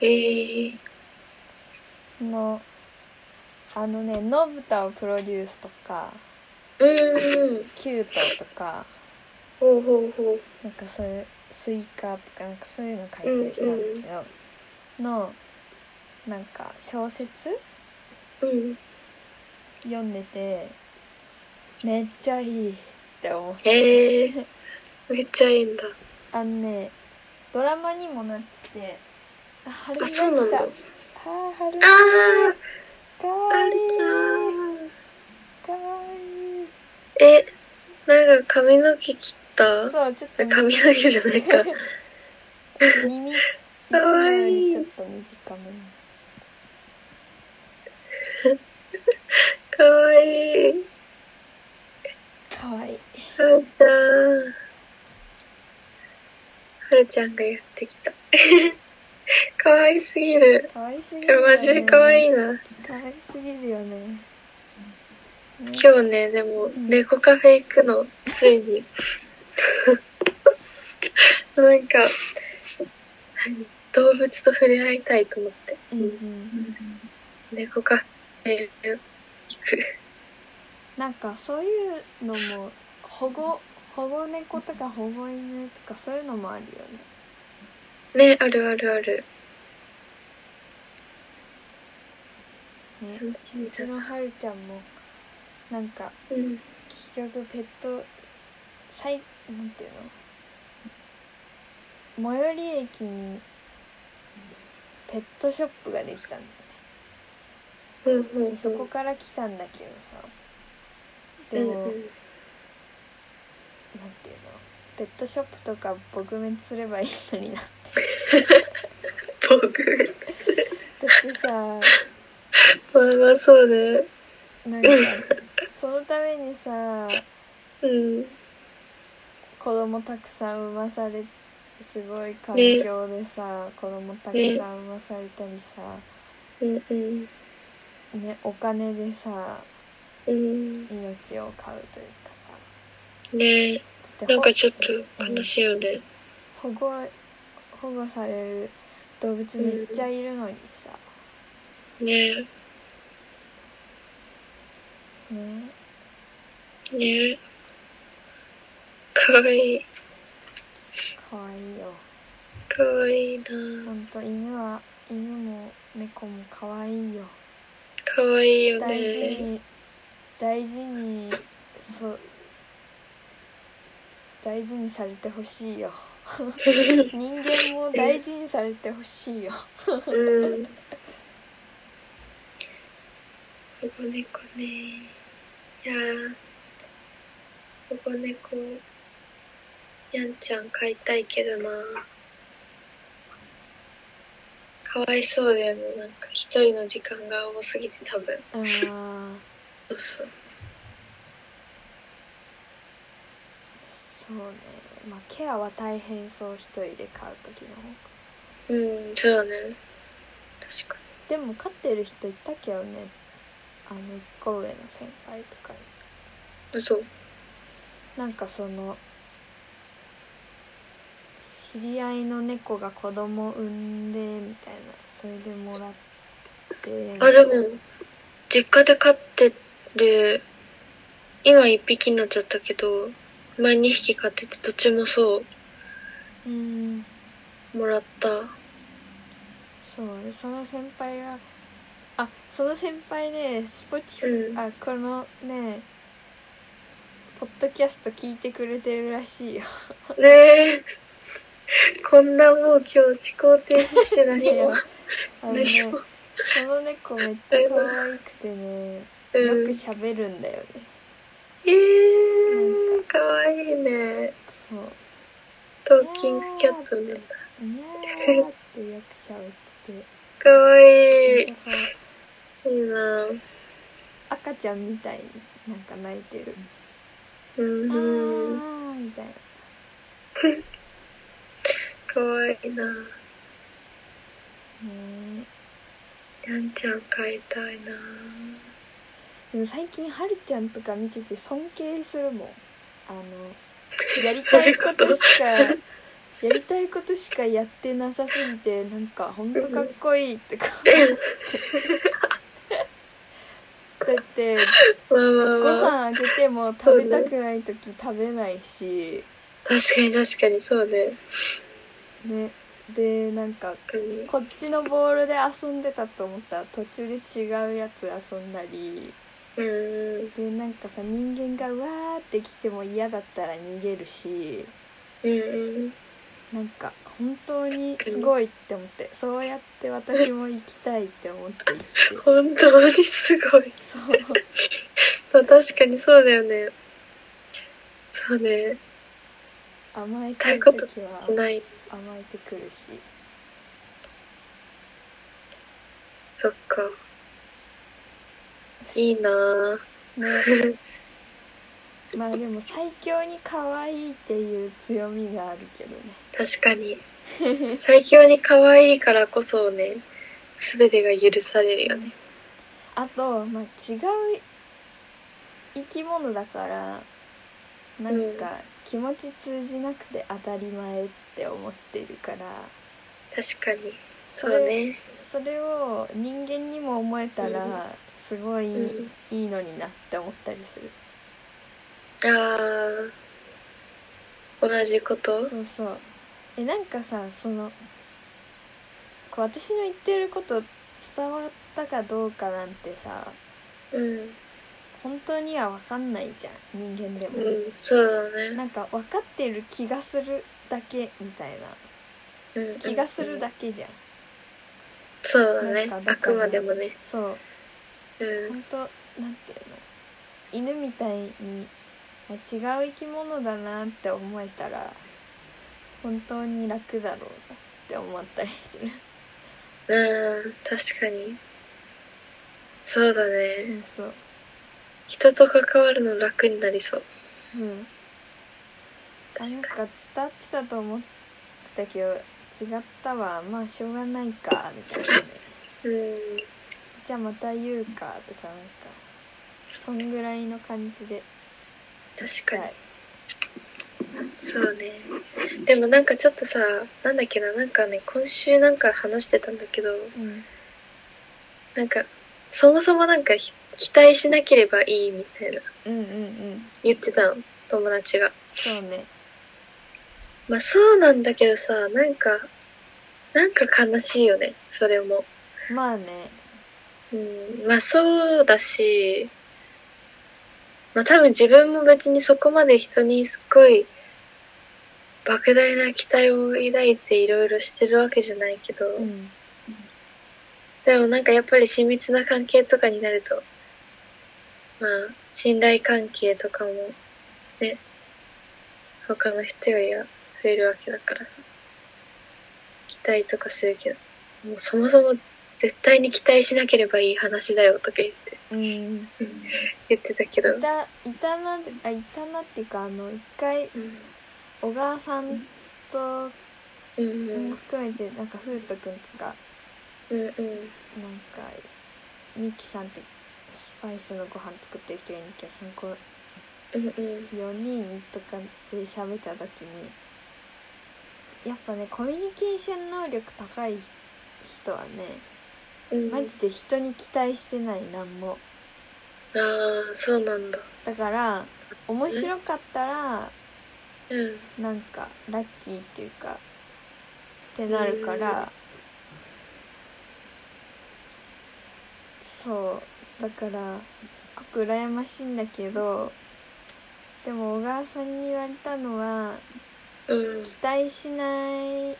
ええ
人のあのね「のぶたをプロデュース」とか
うんうん。
「キュート」とか
ほうほうほ
なんかそういう「スイカ」とかなんかそういうの書いてる人なんだけど、のなんか小説
う。うん。
読んでてめっちゃいいって思う
ええ めっちゃいいんだ。
あのねドラマにもなっててあ春
あ、
が来た
そうなんだ。
あ
あ
ー春
あー
かわ
あ
い
る
い
ちゃん。
かわいい
え、なんか髪の毛切った
そうちょっと
髪の毛じゃないか。
耳
かわい
つもより
い
ちょっと短めに
かわいい。
かわいい
あーちゃん。はるちゃんがやってきた。かわいすぎる。
可愛すぎ
え
る、ね。
マジでかわいいな。
可愛すぎるよね。ね
今日ね、でも、
ん
猫カフェ行くの、ついに。なんか、何動物と触れ合いたいと思って。
うんうん。
猫カフェ行く。
なんかそういうのも保護保護猫とか保護犬とかそういうのもあるよね。
ね、あるあるある。
ね
楽しみ
うち
だ。
のはるちゃんもなんか
うん。
結局ペット最なんていうの最寄り駅にペットショップができたんだよね
うんうんうん。
でそこから来たんだけどさで
う
も、
ん
なん
う
ていうんのペットショップとか撲滅すればいいの にな
僕別に
だってさ
まあまあそうね。
なんかそのためにさ
うん。
子供たくさん産まされすごい環境でさ、子供たくさん産まされたりさ、
うんうん。
ね、お金でさ
うん。
命を買うというかさ
ねえ。
だって
なん
ほ
かちょっと悲しいよね。
保護保護される動物めっちゃいるのにさ、
ね
ね
え。ねえ。かわいい。
かわいいよ
かわいいな
ほんと犬は犬も猫もかわいいよ
かわいいよ
大事
ね。
に大事にそう大事にされてほしいよ人間も大事にされてほしいよ
うん。保護猫ね。いやー保護猫、やんちゃん飼いたいけどなかわいそうだよね。なんか一人の時間が多すぎて多分。
あー
そうそう。
そうねまあケアは大変そう一人で飼う時の方が
うん、そうだね。確か
でも飼ってる人いたけどねあの一個上の先輩とかに
に。そう。
なんかその知り合いの猫が子供産んでみたいなそれでもらって
あ、でも、実家で飼ってる、今一匹になっちゃったけど、前二匹飼ってて、どっちもそ
うん
う、もらった。
そうでその先輩があその先輩ねスポティフ、
うん
あこのねポッドキャスト聞いてくれてるらしいよ
ねえ。こんなもう今日思考停止して何も。
あのね
何も。
その猫めっちゃ可愛くてねよ
う
く
ん。
喋るんだよね
えー、かわいいね。
そう
トーキングキャットなんだ。
にゃーってよく喋って
かわい
て
い。
なんかこ
いいな
う赤ちゃんみたいになんか泣いてる
うん
あ
うん。
ーみたいな
かわいいな
ね
やんちゃん飼いたいな
でも最近はるちゃんとか見てて尊敬するもんあの やりたいことしかやりたいことしかやってなさすぎてなんかほんとかっこいいってか だって
まあまあ
ご
まあ。
飯あげても食べたくない時食べないし
確かに確かにそうね。
ねでなんか
確かに
こっちのボールで遊んでたと思ったら途中で違うやつ遊んだり
うん
でなんかさ人間がうわーって来ても嫌だったら逃げるし
うんうん
なんか本当にすごいって思ってそうやって私も生きたいって思って生きて
本当にすごい。
そう
まあ確かにそうだよね。そうね。
甘え
した
て
い
る
こと
時は
しない。
甘えてくるし
そっか。いいなぁ。
ねまあでも最強に可愛いっていう強みがあるけどね
確 かに。最強に可愛いからこそね、すべてが許されるよね。
あと、まあ、違う生き物だからなんか気持ち通じなくて当たり前って思ってるから
確かに。そうね。
それを人間にも思えた
うん
らすごい
うん
いいのになって思ったりする
ああ。同じこと
そうそうえなんかさそのこう私の言ってること伝わったかどうかなんてさ
うん。
本当には分かんないじゃん人間でも、
うん。そうだね。
なんか分かってる気がするだけみたいな
うん。
気がするだ
うん
けじゃん、
そうだね
なん。か
あくまでもね。
そう
うん。
本当なんていうの犬みたいにあ違う生き物だなって思えたら本当に楽だろうなって思ったりする
うん。確かに。そうだね。
そうそう
人と関わるの楽になりそう。
うんあなん
確か
か伝ってたと思ってたけど違ったわまあしょうがないかみたいなね
に。うん。
じゃあまた言うかとかなんかそんぐらいの感じで
確か
はい。
にそうね。でもなんかちょっとさ、なんだっけな、なんかね、今週なんか話してたんだけど、
うん
なんか、そもそもなんかひ期待しなければいいみたいな、
うんうんうん
言ってたの、友達が。
そうね
まあそうなんだけどさ、なんか、なんか悲しいよね、それも。
まあね
うん、まあそうだし、まあ多分自分も別にそこまで人にすっごい莫大な期待を抱いていろいろしてるわけじゃないけど、
うん
でもなんかやっぱり親密な関係とかになると、まあ、信頼関係とかも、ね、他の人よりは増えるわけだからさ、期待とかするけど、もうそもそも絶対に期待しなければいい話だよとか言って、
うん
言ってたけど、
いたいたなあいたなっていうかあの一回
うん、
小川さんと
うん、うん、
含めてなんか風斗くんとか
うん、うん、
なんかミキさんってスパイスのご飯作ってる人がいるんだけどその子
うん、うん、
4人とかで喋った時にやっぱねコミュニケーション能力高い人はね
うん、
マジで人に期待してないなんも
ああ、そうなんだ。
だから面白かったら
うん、
なんかラッキーっていうかってなるからそうだからすごく羨ましいんだけどでも小川さんに言われたのは
うん、
期待しないひ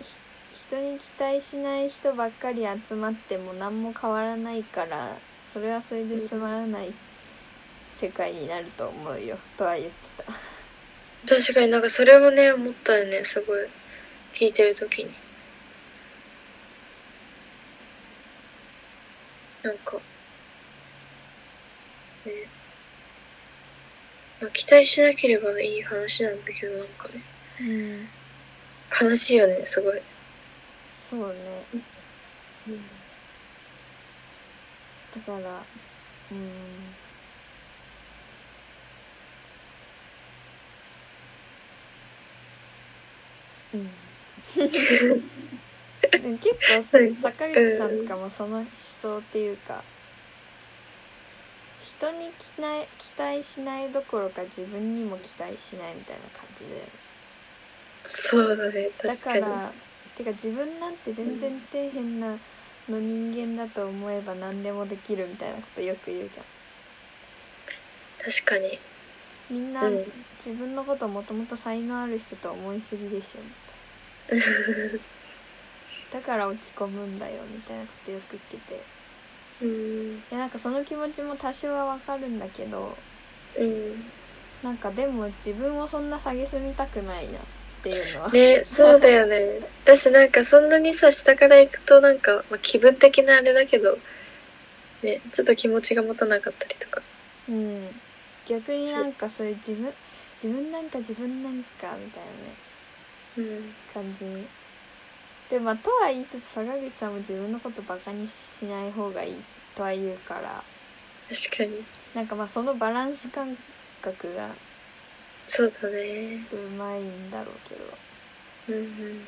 人に期待しない人ばっかり集まっても何も変わらないからそれはそれでつまらない世界になると思うよとは言ってた。
確かになんかそれもね、思ったよね、すごい。聞いてるときに。なんか、ね。まあ、期待しなければいい話なんだけど、なんかね、
うん
悲しいよね、すごい。
そうね
うん。
だからうんうん、でも結構
うん
坂口さんとかもその思想っていうか人に期待期待しないどころか自分にも期待しないみたいな感じで
そうだね、
だ
確
か
かに。
らてか自分なんて全然底辺なの人間だと思えば何でもできるみたいなことよく言うじゃん
確かに。
みんな
うん
自分のこともともと才能ある人と思いすぎで しょみたいなだから落ち込むんだよみたいなことよく言っててい
うん。
やなんかその気持ちも多少はわかるんだけど
うん。
なんかでも自分をそんな蔑みたくないなっていう のは、
ね、そうだよね。だしなんかそんなにさ、下から行くとなんか、まあ、気分的なあれだけど、ね、ちょっと気持ちが持たなかったりとか。
うん逆になんかそういう自分自分なんか自分なんかみたいなね
うん。
感じでまあとは言いつつ坂口さんも自分のことバカにしない方がいいとは言うから
確かに。
なんかまあそのバランス感覚が
そうだね。
うまいんだろうけど
うんうん。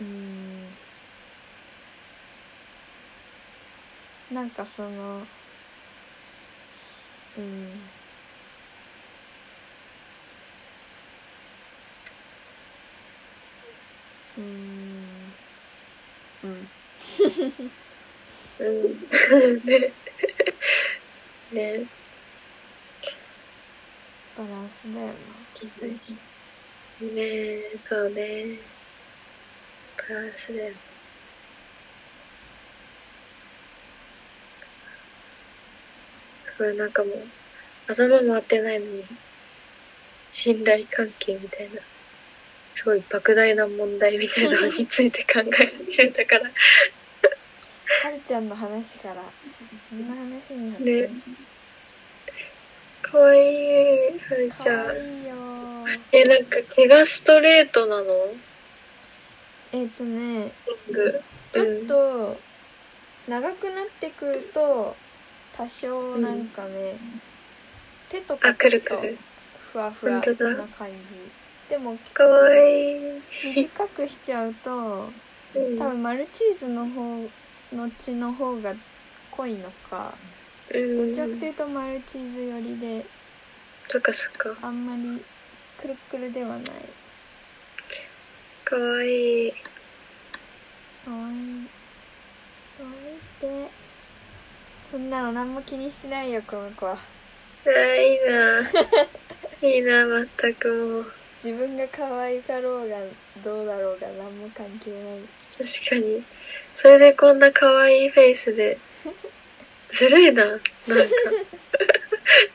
うーんなんかそのうんうーんうん
うん。 ね。ね。
バランスだよな
ねえ、そうね。バランスだよ。すごいなんかもう、頭回ってないのに、信頼関係みたいな、すごい莫大な問題みたいなのについて考え始めたから、
はるちゃんの話からこんな話になって
ねかわいい、はるち
か
ゃ
わ
ん。
いいよー
え、なんか毛がストレートなの
えっ、とねち
う
ょっ
ん。
と長くなってくると多少なんかね、手とかち
あ、
ょ
く
っ
る
と
くる。
ふわふわな
本当だ
感じでも
かわいい。
短くしちゃうと
うん
多分マルチーズの方の血の方が濃いのかどちらかというとマルチーズ寄りで
そっかそっか。
あんまりくるくるではない
かわいい。
かわいいかわいいってそんなの何も気にしないよこの子は。
あいい な。いいな、まったくもう。
自分が可愛かろうがどうだろうが何も関係ない
確かに。それでこんなかわいいフェイスで。ずるい な、なんか。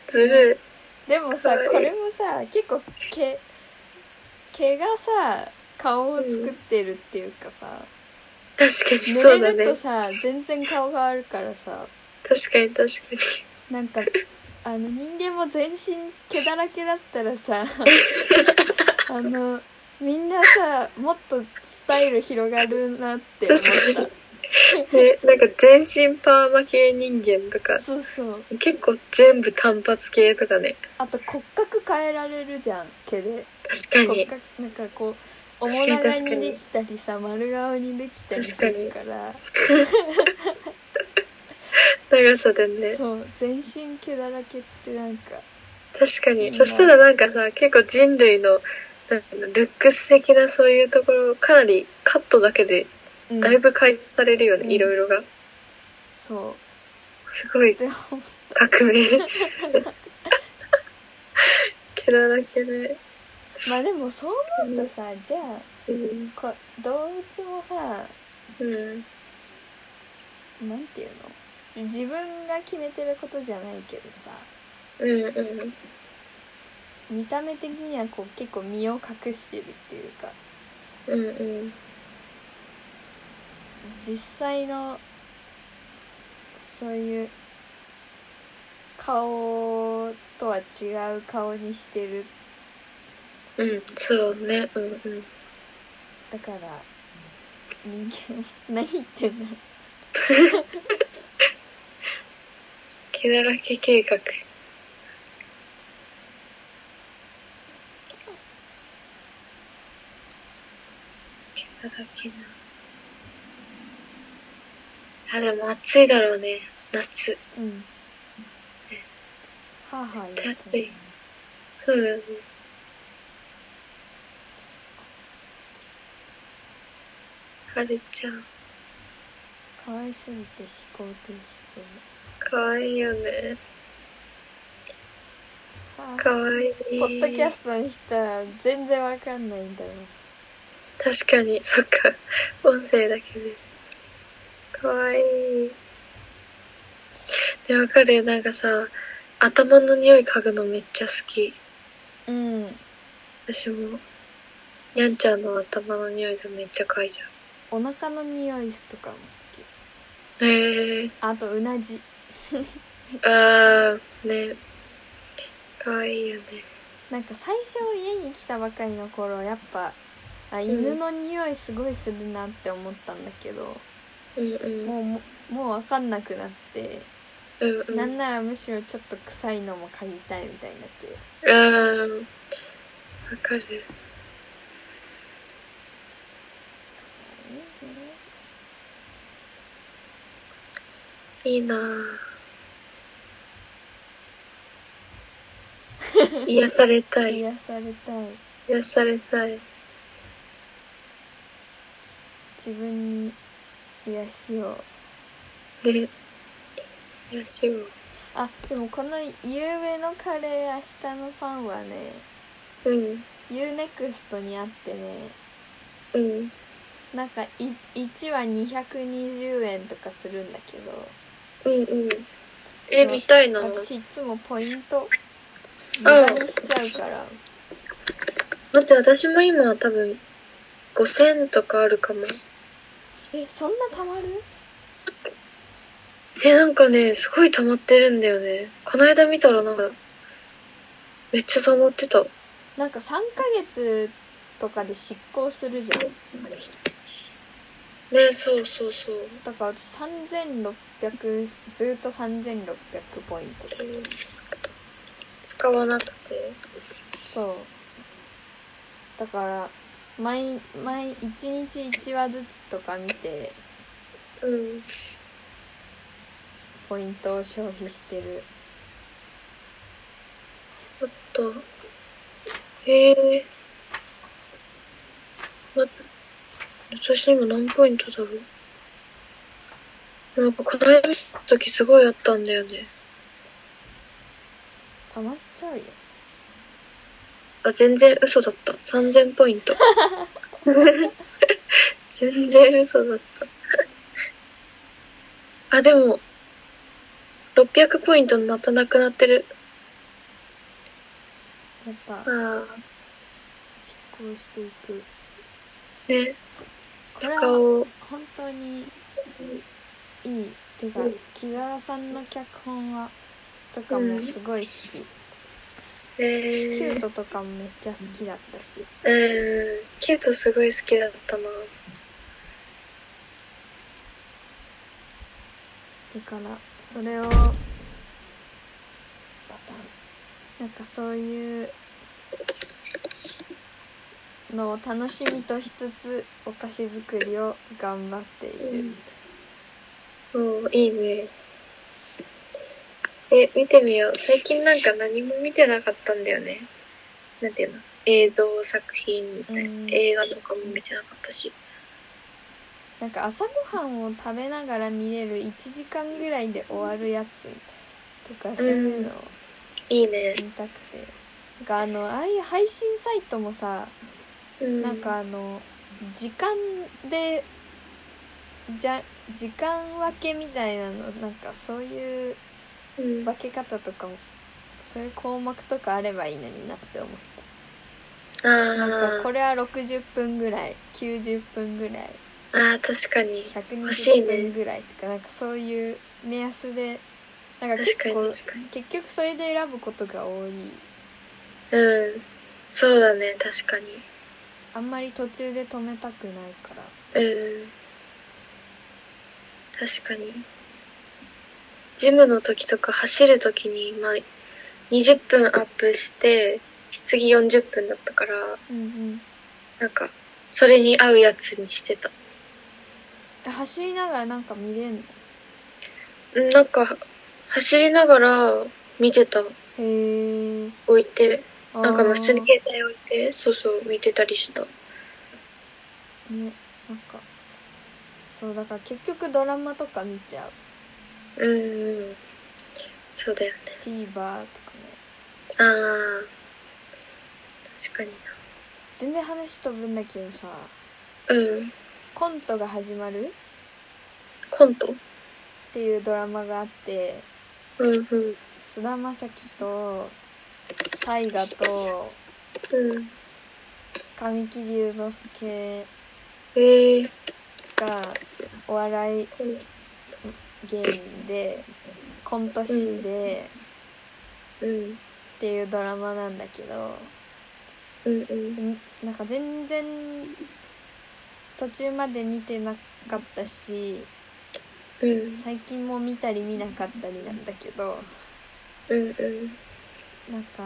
ずる
でもさ
可愛い
これもさ結構毛毛がさ顔を作ってるっていうかさ、
い。確かにそう
濡
だ
れる
ね。
と
確
さ、全然顔があるからさ
かに確かに。
なんかあの人間も全身毛だらけだったら さあのみんなさもっとスタイル広がるなって思
確か
っ
に。ね、なんか全身パーマ系人間とか
た。そうそう
結構全部単発系とかね。
あと骨格変えられるじゃん毛で。
確か
骨
に。
格なんかこうおも
確
な
かに
がにできたりさ丸顔にできたりするから
長さでね。
そう全身毛だらけってなんか
確か
いい
に。
な
そしたらなんかさ、結構人類の、なんかルックス的なそういうところ、かなりカットだけで、
うん
だいぶ改善されるよね、
うん
いろいろが。
そ、
すごいう
でも
革命。 毛だらけで。
まあでもそう思うとさじゃ
うん。
あこ動物もさ
うん。
なんていうの自分が決めてることじゃないけどさ
うんうん。
見た目的にはこう結構身を隠してるっていうか
うんうん。
実際のそういう顔とは違う顔にしてる
うん、そうね。うんうん。
だから人間何言ってんだろ
毛だらけ計画。毛だらけな。あ、でも暑いだろうね。夏。
ううんはあはあ
絶
言
対
う
暑い。そうだよね。はるちゃん、
かわいすぎて思考停止する
かわいいよね。
はあ
かわいい。
ポッドキャストにしたら全然わかんないんだろう
確かに、そっか。音声だけで。かわいい。で、わかるなんかさ、頭の匂い嗅ぐのめっちゃ好き。
うん
私も。にゃんちゃんの頭の匂いがめっちゃ嗅いじゃう。
お腹の匂いとかも好き
へえ
あとうなじ
ああねかわいいよね
なんか最初家に来たばかりの頃やっぱあ
ん
犬の匂いすごいするなって思ったんだけど、
うんうん
もうももう分かんなくなって、
うんう
なん
ん
ならむしろちょっと臭いのも嗅ぎたいみたいになってる
あーわかるいいなぁ癒されたい
癒されたい
癒されたい
自分に癒しを
ね癒しを
あでもこの夕べのカレー明日のパンはね
うん
UNEXT にあってね
うん
なんかい1は220円とかするんだけど
うんうんえ見たいな
私いつもポイント無
あ
駄にしちゃうから
待って私も今多分5000とかあるかも
えそんなたまる
えなんかねすごい溜まってるんだよねこの間見たらなんかめっちゃ溜まってた
なんか3ヶ月とかで執行するじゃん
ねそうそうそう
だから私3600ずっと3600ポイント
うん使わなくて
そうだから毎毎1日1話ずつとか見て
うん
ポイントを消費してる
ちょっとへえま私今何ポイントだろうなんかこの間見た時すごいあったんだよね
たまっちゃうよ
あ、全然嘘だった。3000ポイ ント。全然嘘だった。あ、でも、600ポイントになったなくなってる。
やっぱ
あ
執行していく
ーね、
これ
使
は
おう。
本当にいいてか
うん
木原さんの脚本はとかもすごい好き、
え
キュー
ー、
トとかもめっちゃ好きだったし
うん、キュートすごい好きだったな。
だからそれをパターンなんかそういうのを楽しみとしつつお菓子作りを頑張っている、
うん、いいね。え、見てみよう。最近なんか何も見てなかったんだよね。なんていうの映像作品みたい
う
な、
ん
映画とかも見てなかったし。
なんか朝ごはんを食べながら見れる1時間ぐらいで終わるやつとかそういうのを
いいね。
見たくて、なんかあのああいう配信サイトもさ
うん、
なんかあの時間でじゃ時間分けみたいなのなんかそういう
うん、あ
分け方とかもそういう項目とかあればいいのになって思っ
ー
たなんかこれは60分ぐらい90分ぐらい
あー確かに欲しい
120
ね
分ぐらいとか、なんかそういう目安でなんか結
確か
構
に確かに
結局それで選ぶことが多い
うんそうだね確かに
あんまり途中で止めたくないから
うん確かにジムの時とか走る時に、まあ、20分アップして次40分だったから
うんうん
なんかそれに合うやつにしてた
え走りながらなんか見れんの
うんなんか走りながら見てた
へえ
置いて
な
なんかもう普通に携帯置いてそうそう見てたりした
ねなんかそうだから結局ドラマとか見ちゃう
うんうんそうだよね
TVer とかね
ああ確かに
全然話飛ぶんだけどさ
なうん
コントが始まる
コント
っていうドラマがあって
うんうん
菅田将暉と大河と
うん
神木隆之介
ええ
がお笑い芸人でコント師で
うん。
っていうドラマなんだけど
うんうん。
んなんか全然途中まで見てなかったし
うん。
最近も見たり見なかったりなんだけど
うんうん。
なんか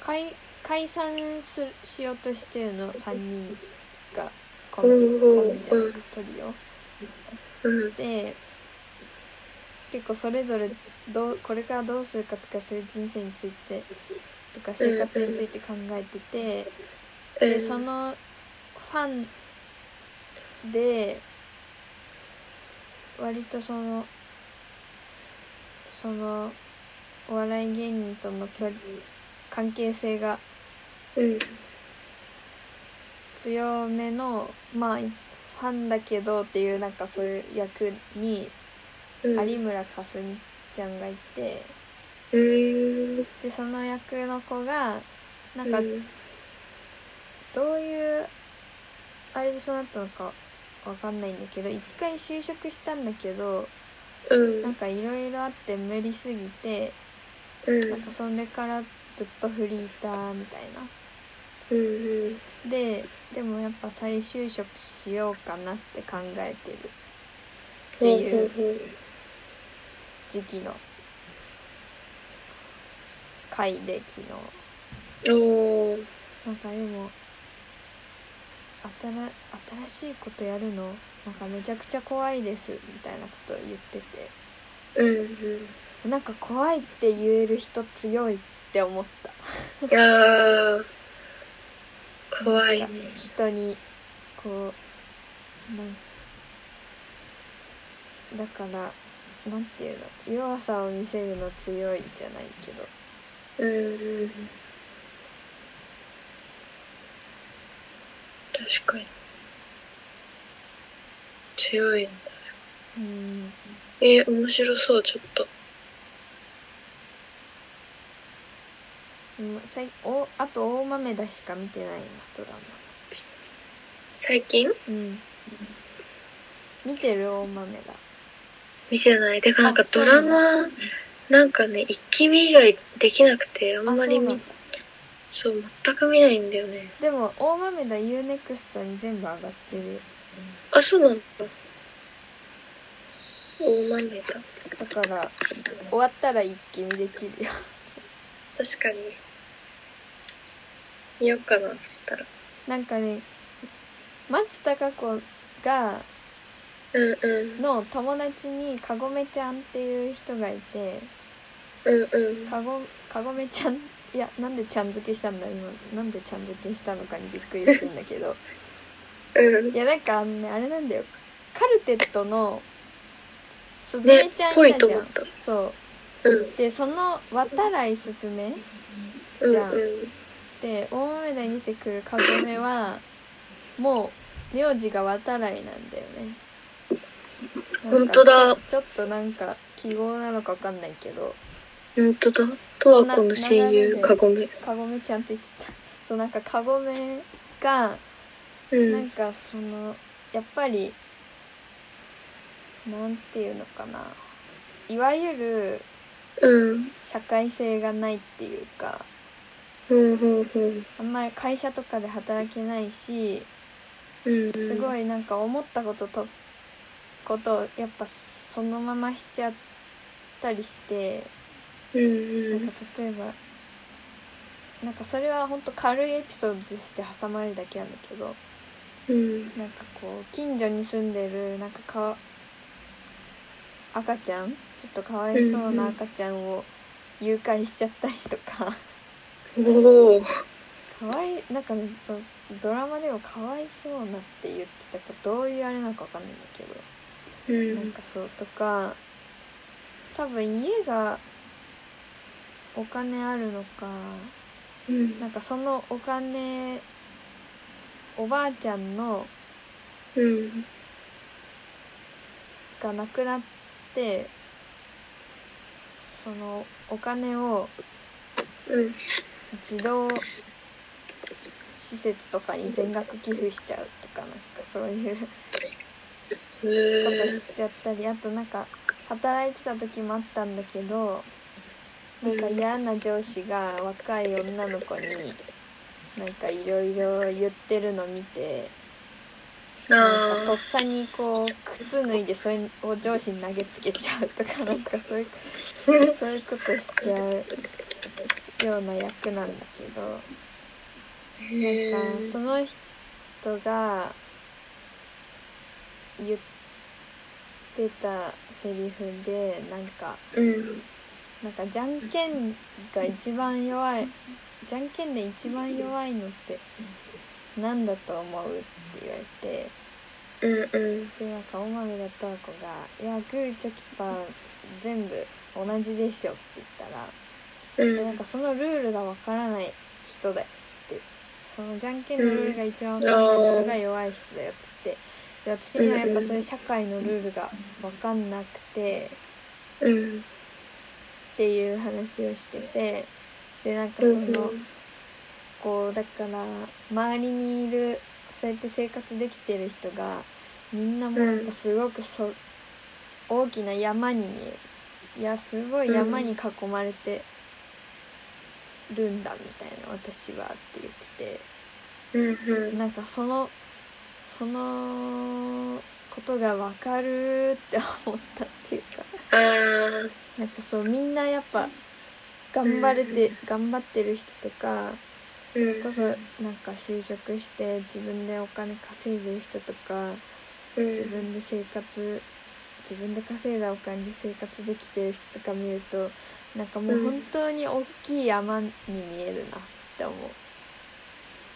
解解散するしようとしてるの3人がコンビ
う
コン
ん
ビじゃなくトリオ
うん。
で結構それぞれどうこれからどうするかとかそういう人生についてとか生活について考えててでそのファンで割とそのそのお笑い芸人との距離関係性が
うん。
強めのまあファンだけどっていうなんかそういう役に
うん。
有村架純ちゃんがいて
うん。
でその役の子がな
なん
かどういうあれでそうなったのかわかんないんだけど一回就職したんだけど
うん。う
なん
ん。
かいろいろあって無理すぎてなんかそれからずっとフリーターみたいな。
うん。
ででもやっぱ再就職しようかなって考えてる
うん。うん。
時期の回で昨日
おー。
なんかでも新新しいことやるのなんかめちゃくちゃ怖いですみたいなこと言ってて
うんうん。
なんか怖いって言える人強いって思った
いやー。怖い
な
ね
んか。人にこうなんだからなんていうの弱さを見せるの強いじゃないけど
うんうん。確かに。強いね。
うん
えー、面白そう、ちょっと。
うん最おあと大豆だしか見てないなドラ
最近
マうん見てる大豆だ
見てない。てかなんか
あそ
ド
うな
ラ
んだ
マ、なんかね、一気見以外できなくて、あ
あ
んまり
そうな
見
んだ、
そう、全く見ないんだよね。
でも大豆だ UNEXT に全部上がってるよ
あ、そうなんだ。大豆だ。
だから終わったら一気見できるよ
確かに。見よっかな、そしたら。
なんかね松たか子が
うんうん。
の友達にかごめちゃんっていう人がいて
うんうん。
かごかごめちゃんいやなんでちゃん付けしたんだ今なんでちゃん付けしたのかにびっくりするんだけ ど
うん
い。やなんかあのねあれなんだよカルテットのすずめちゃんいたじゃ
ねぽいと
ん、
思った
そ
うん。
うでその渡来すずめ
うん
じゃあ
うん。
で大豆田に出てくるかごめはもう名字が渡来なんだよね
本当だ。
ちょっとなんか記号なのかわかんないけど
本当だ。とはこの親
そ
友、
んな
かごめ。
かごめちゃんって言っちゃったそうなんかかごめが
う
なん
ん。
かそのやっぱりなんていうのかないわゆる
うん。
社会性がないっていうか
うんうんうん。
あんまり会社とかで働けないし
うん。
すご
い。
いなんか思ったこととことをやっぱそのまましちゃったりして
うん
な
うんん
か。例えばなんかそれはほんと軽いエピソードとして挟まれるだけなんだけど
うん。
なんかこう近所に住んでるなんかか赤ちゃんちょっとかわいそうな赤ちゃんを誘拐しちゃったりとか
おお。
かわいなんかねそうドラマでもかわいそうなって言ってたかどういうあれなのかわかんないんだけど
う
なん
ん。
かそうとか多分家がお金あるのか
うん。
なんかそのお金おばあちゃんの
うん。
がなくなってそのお金を
うん。
児童施設とかに全額寄付しちゃうとかなんかそういう
う
ことし
ー
ちゃったりあとなんか働いてた時もあったんだけどなんか嫌な上司が若い女の子になんかいろいろ言ってるの見て
ん。
なんかと
あ
っさにこう靴脱いでそれを上司に投げつけちゃうとかなんかそういう
ー。
そういうことしちゃうような役なんだけど。
へ
なんか
ー
その人が言ってたセリフでなんか
うん。
なんかじゃんけんが一番弱いじゃんけんで一番弱いのってなんだと思うって言われて
うんうん。
でなんか大豆田十和子が「いやグーチョキパー全部同じでしょ」って言ったら
う
でなん
ん。
かそのルールがわからない人だよってそのじゃんけんのルールが一番わからない人が弱い人だよって言ってで私にはやっぱそういう社会のルールがわかんなくて
うん。
っていう話をしててでなんか
う
そ
ん。
のこうだから周りにいるそうやって生活できてる人がみんなもうなんかすごくそ大きな山に見えるいやすごい山に囲まれてるんだみたいな私はって言って
うん
てなんかそのそのことが分かるって思ったっていうか
あー
なんかそうみんなやっぱ頑張れて頑張ってる人とかそれこそなんか就職して自分でお金稼いでる人とか
うん
自分で生活自分で稼いだお金で生活できてる人とか見るとなんかもう本当に大きい山に見えるなって思う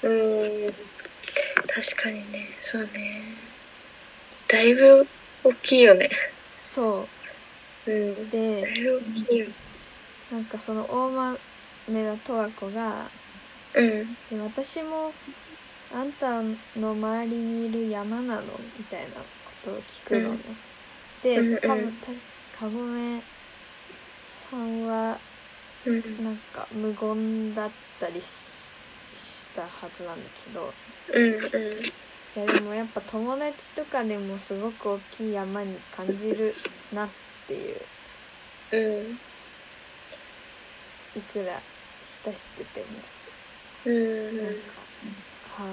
うん確かにねそうねだいぶ大きいよね
そ
うん
う
だ
で
いぶ大きいよ
なんかその大豆田十和子が
うん
で私もあんたの周りにいる山なのみたいなことを聞くのね、
うん
でか
うんう
ぶ
ん
たかごめさんは
うん
なんか無言だったりししたはずなんだけど
うんうん
いやでもやっぱ友達とかでもすごく大きい山に感じるなっていう
うん
いくら親しくても
うん
なんか、は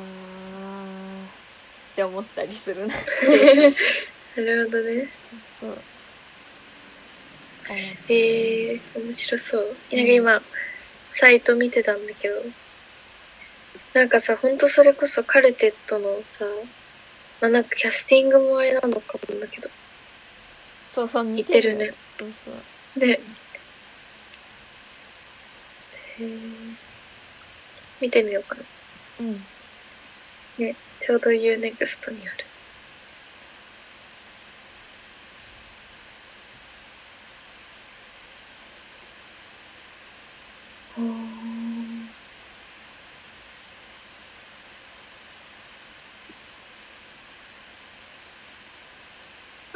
あって思ったりするな
なるほどね
そうそう。あ
えー、面白そうなんか今サイト見てたんだけどなんかさほんとそれこそカルテットのさまあなんかキャスティングもあれなのかもだけど
そうそう、似
似
て
て
る
るね
そうそう。
ねへー見てみようかな。
うん。
ね、ちょうど UNEXT にある。ほー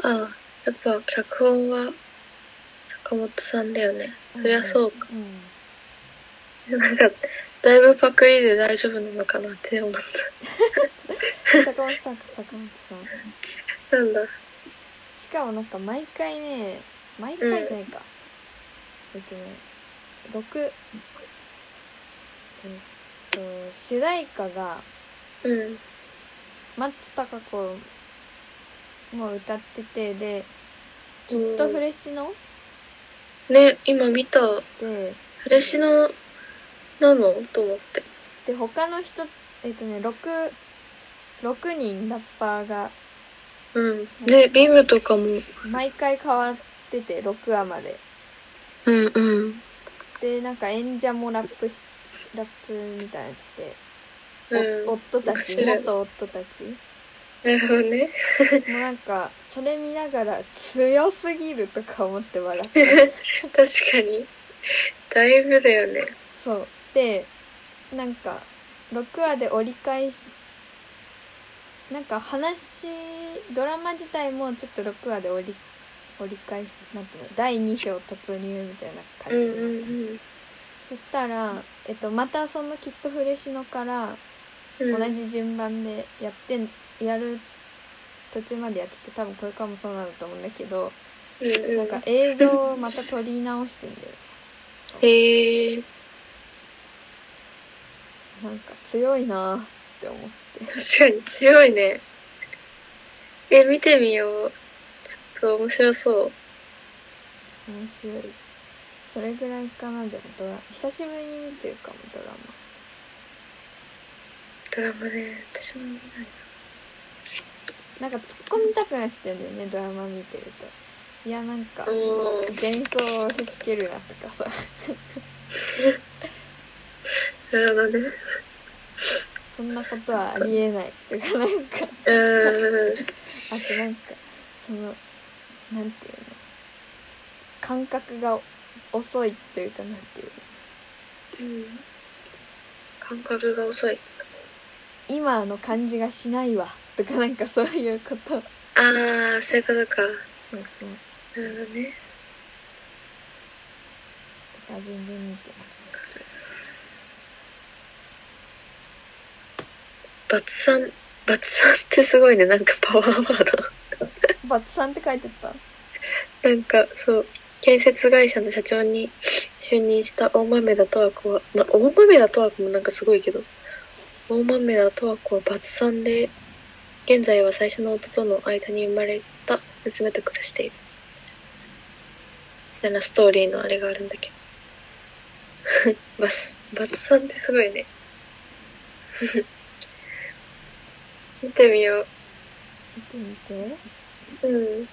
ああ、やっぱ脚本は坂本さんだよね。そりゃそうか。
うん。
なんか、だいぶパクリで大丈夫なのかなって思っ
坂本さんか、坂本さん。
た。なんだ。
しかもなんか毎回ね、毎回じゃないか。えっとね、六えっと、主題歌が
うん。
松たか子も歌ってて、で、
きっ
とフレッシュの
ね、今見た、
で、
フレシノなのと思って。
で他の人えっとね6 6人ラッパーが
うん。ね、ビームとかも。
毎回変わってて6話まで
うんうん。
でなんか演者もラップしラップみたいにして、
うん。
お夫たち
面白い
元夫たち
なるほどね。
もうなんかそれ見ながら強すぎるとか思って笑って
確かに。だいぶだよね。
そうでなんか6話で折り返しなんか話ドラマ自体もちょっと6話で折り折り返しなんていうの第2章突入みたいな
う
感
ん
じ、
うん
そしたら、えっと、またその「きっとフレシノ」から
うん。
同じ順番でやってんやる途中までやってて多分これからもそうなんだと思うんだけど
うんうん。
なんか映像をまた撮り直してんだよ
へえ、
なんか強いなって思って
確かに強いね。え、見てみよう。ちょっと面白そう。
面白いそれぐらいかなでもドラ久しぶりに見てるかもドラマ
ドラマね、私も見ない
なんか突っ込みたくなっちゃうんだよねドラマ見てるといやなんか
うん
幻想を押し付けるなとかさ
な。なるほどね。
そんなことはありえないとかなんか
う
あ
ん。
となんかそのなんていうの感覚が遅いっていうかなんていうの
うん感覚が遅い。
今の感じがしないわとかなんかそういうこと
ああ、そういうことか。
そうそう
なるほどね。
とか全然見て
バツさん、バツさんってすごいね。なんかパワーワー
ないバツさんって書いてた
ド。なんか、そう。建設会社の社長に就任した大豆田十和子は、まあ、大豆田十和子もなんかすごいけど、大豆田十和子はバツさんで、現在は最初の夫との間に生まれた娘と暮らしている。みたいなストーリーのあれがあるんだけど。バツ、バツさんってすごいね。見てみよ
見てみて
う。うん。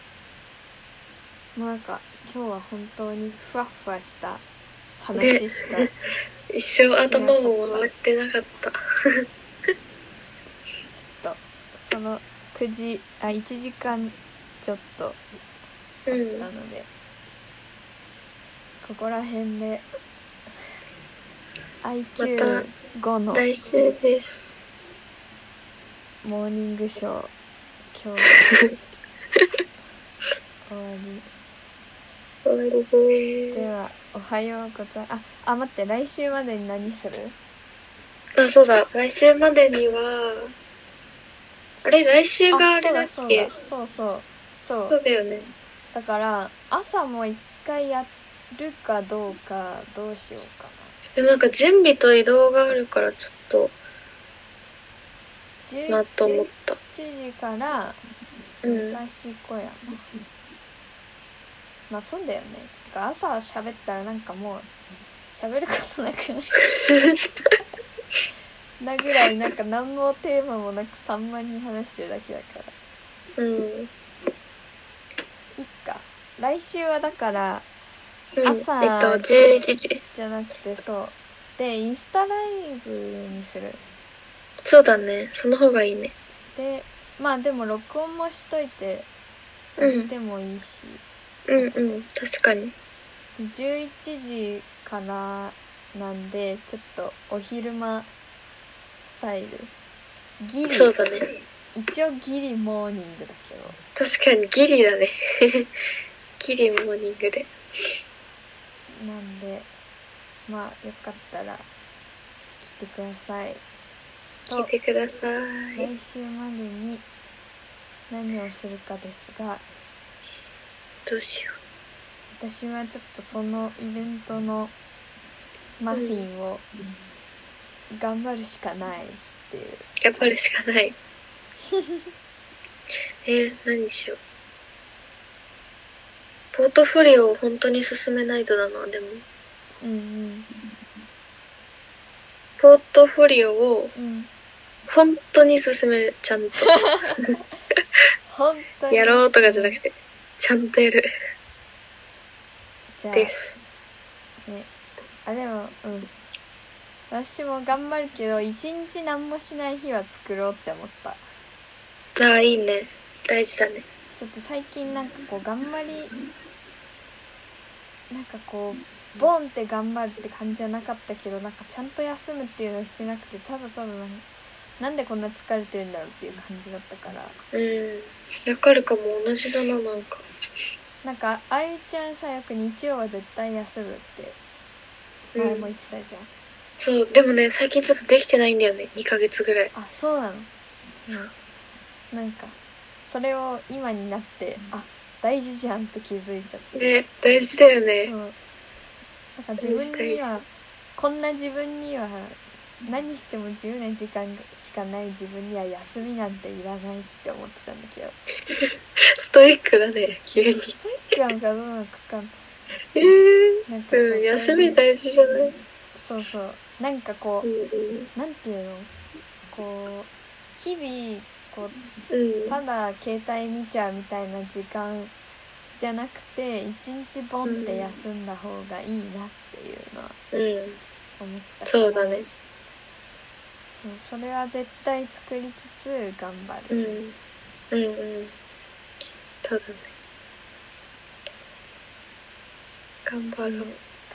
もうなんか今日は本当にふわふわした話しか
一生頭も回ってなかった。
ちょっとその9時あ1時間ちょっと
う。
なんのでここら辺で IQ5 の
来週です。
モーニングショー今日終わ
終わり
り
で
で
ー
はおはようございああ待って来週までに何する
す。あ、そうだ。来週までには、あれ、来週があれだっ
そう
け
だそうだそうそうそう
そうだよね。
だから朝も一回やるかどうかどうしようかな
でもなんか準備と移動があるからちょっとなと思っ
11
た。
時から
うん。
武蔵小山まあそうだよねてか朝喋ったらなんかもう喋ることなくなるなぐらいなんか何のテーマもなく散漫に話してるだけだから
うん。
いっか来週はだから
うん、
朝
えっと、11時。
じゃなくてそうでインスタライブにする
そうだね。その方がいいね。
でまあでも録音もしといて
うん
見てもいいし、
うんうん。確かに。
11時からなんでちょっとお昼間スタイルギリ
そうだね。
一応ギリモーニングだけど
確かにギリだね。 ギリモーニングで。
なんでまあよかったら来てください
聞い
と
てください。
来週までに何をするかですが
どうしよ
私はちょっとそのイベントのマフィンを頑張るしかないっていう
う。頑張るしかない。 えー、何しよう。ポートフォリオを本当に進めないとだな、でも。
うん
ポートフォリオを
うんうん
本当に進める。ちゃんと。
本当に
やろうとかじゃなくて、ちゃんとやる。
じゃあ
です。
ねあでもうん私も頑張るけど一日何もしない日は作ろうって思った
ああ、いいね。大事だね。
ちょっと最近なんかこう頑張りなんかこうボンって頑張るって感じじゃなかったけどなんかちゃんと休むっていうのをしてなくてただただなんなんでこんな疲れてるんだろうっていう感じだったから
うん。わかるかも、同じだな、なんか。
なんかあゆちゃんさよく日曜は絶対休むって前も言ってたじゃん、
そう、でもね、最近ちょっとできてないんだよね。2ヶ月ぐらい。
あそうなの
そう。
なんかそれを今になってあ大事じゃんって気づいたっていう
ね、大事だよ
そ
ね。
うなんか自分に
大事大
はこんな自分には何しても自由な時間しかない自分には休みなんていらないって思ってたんだけど
ストイックだね、急 に。
ストイックなのかどうなのかわかん
えー、
なんかそう
うん、休み
い
大事じゃない
そうそうなんかこ
う
うん
うん。
なんていうのこう日々こう
うん。
ただ携帯見ちゃうみたいな時間じゃなくて一日ボンって休んだ方がいいなっていうのは
うん。
思った
そうだね。
そうそれは絶対作りつつ頑張
う
る、
ん。うんうん。そうだね。頑
と
張
い
ろ
う
う。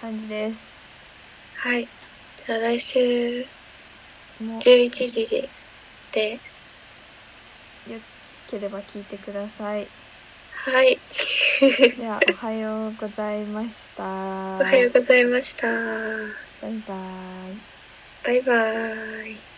感じです
はい。じゃあ来週
もう
11時で、
よければ聞いてくださ い
はい。
ではおはようございましたお
おはようございました。
バイバイ
バイバーイ。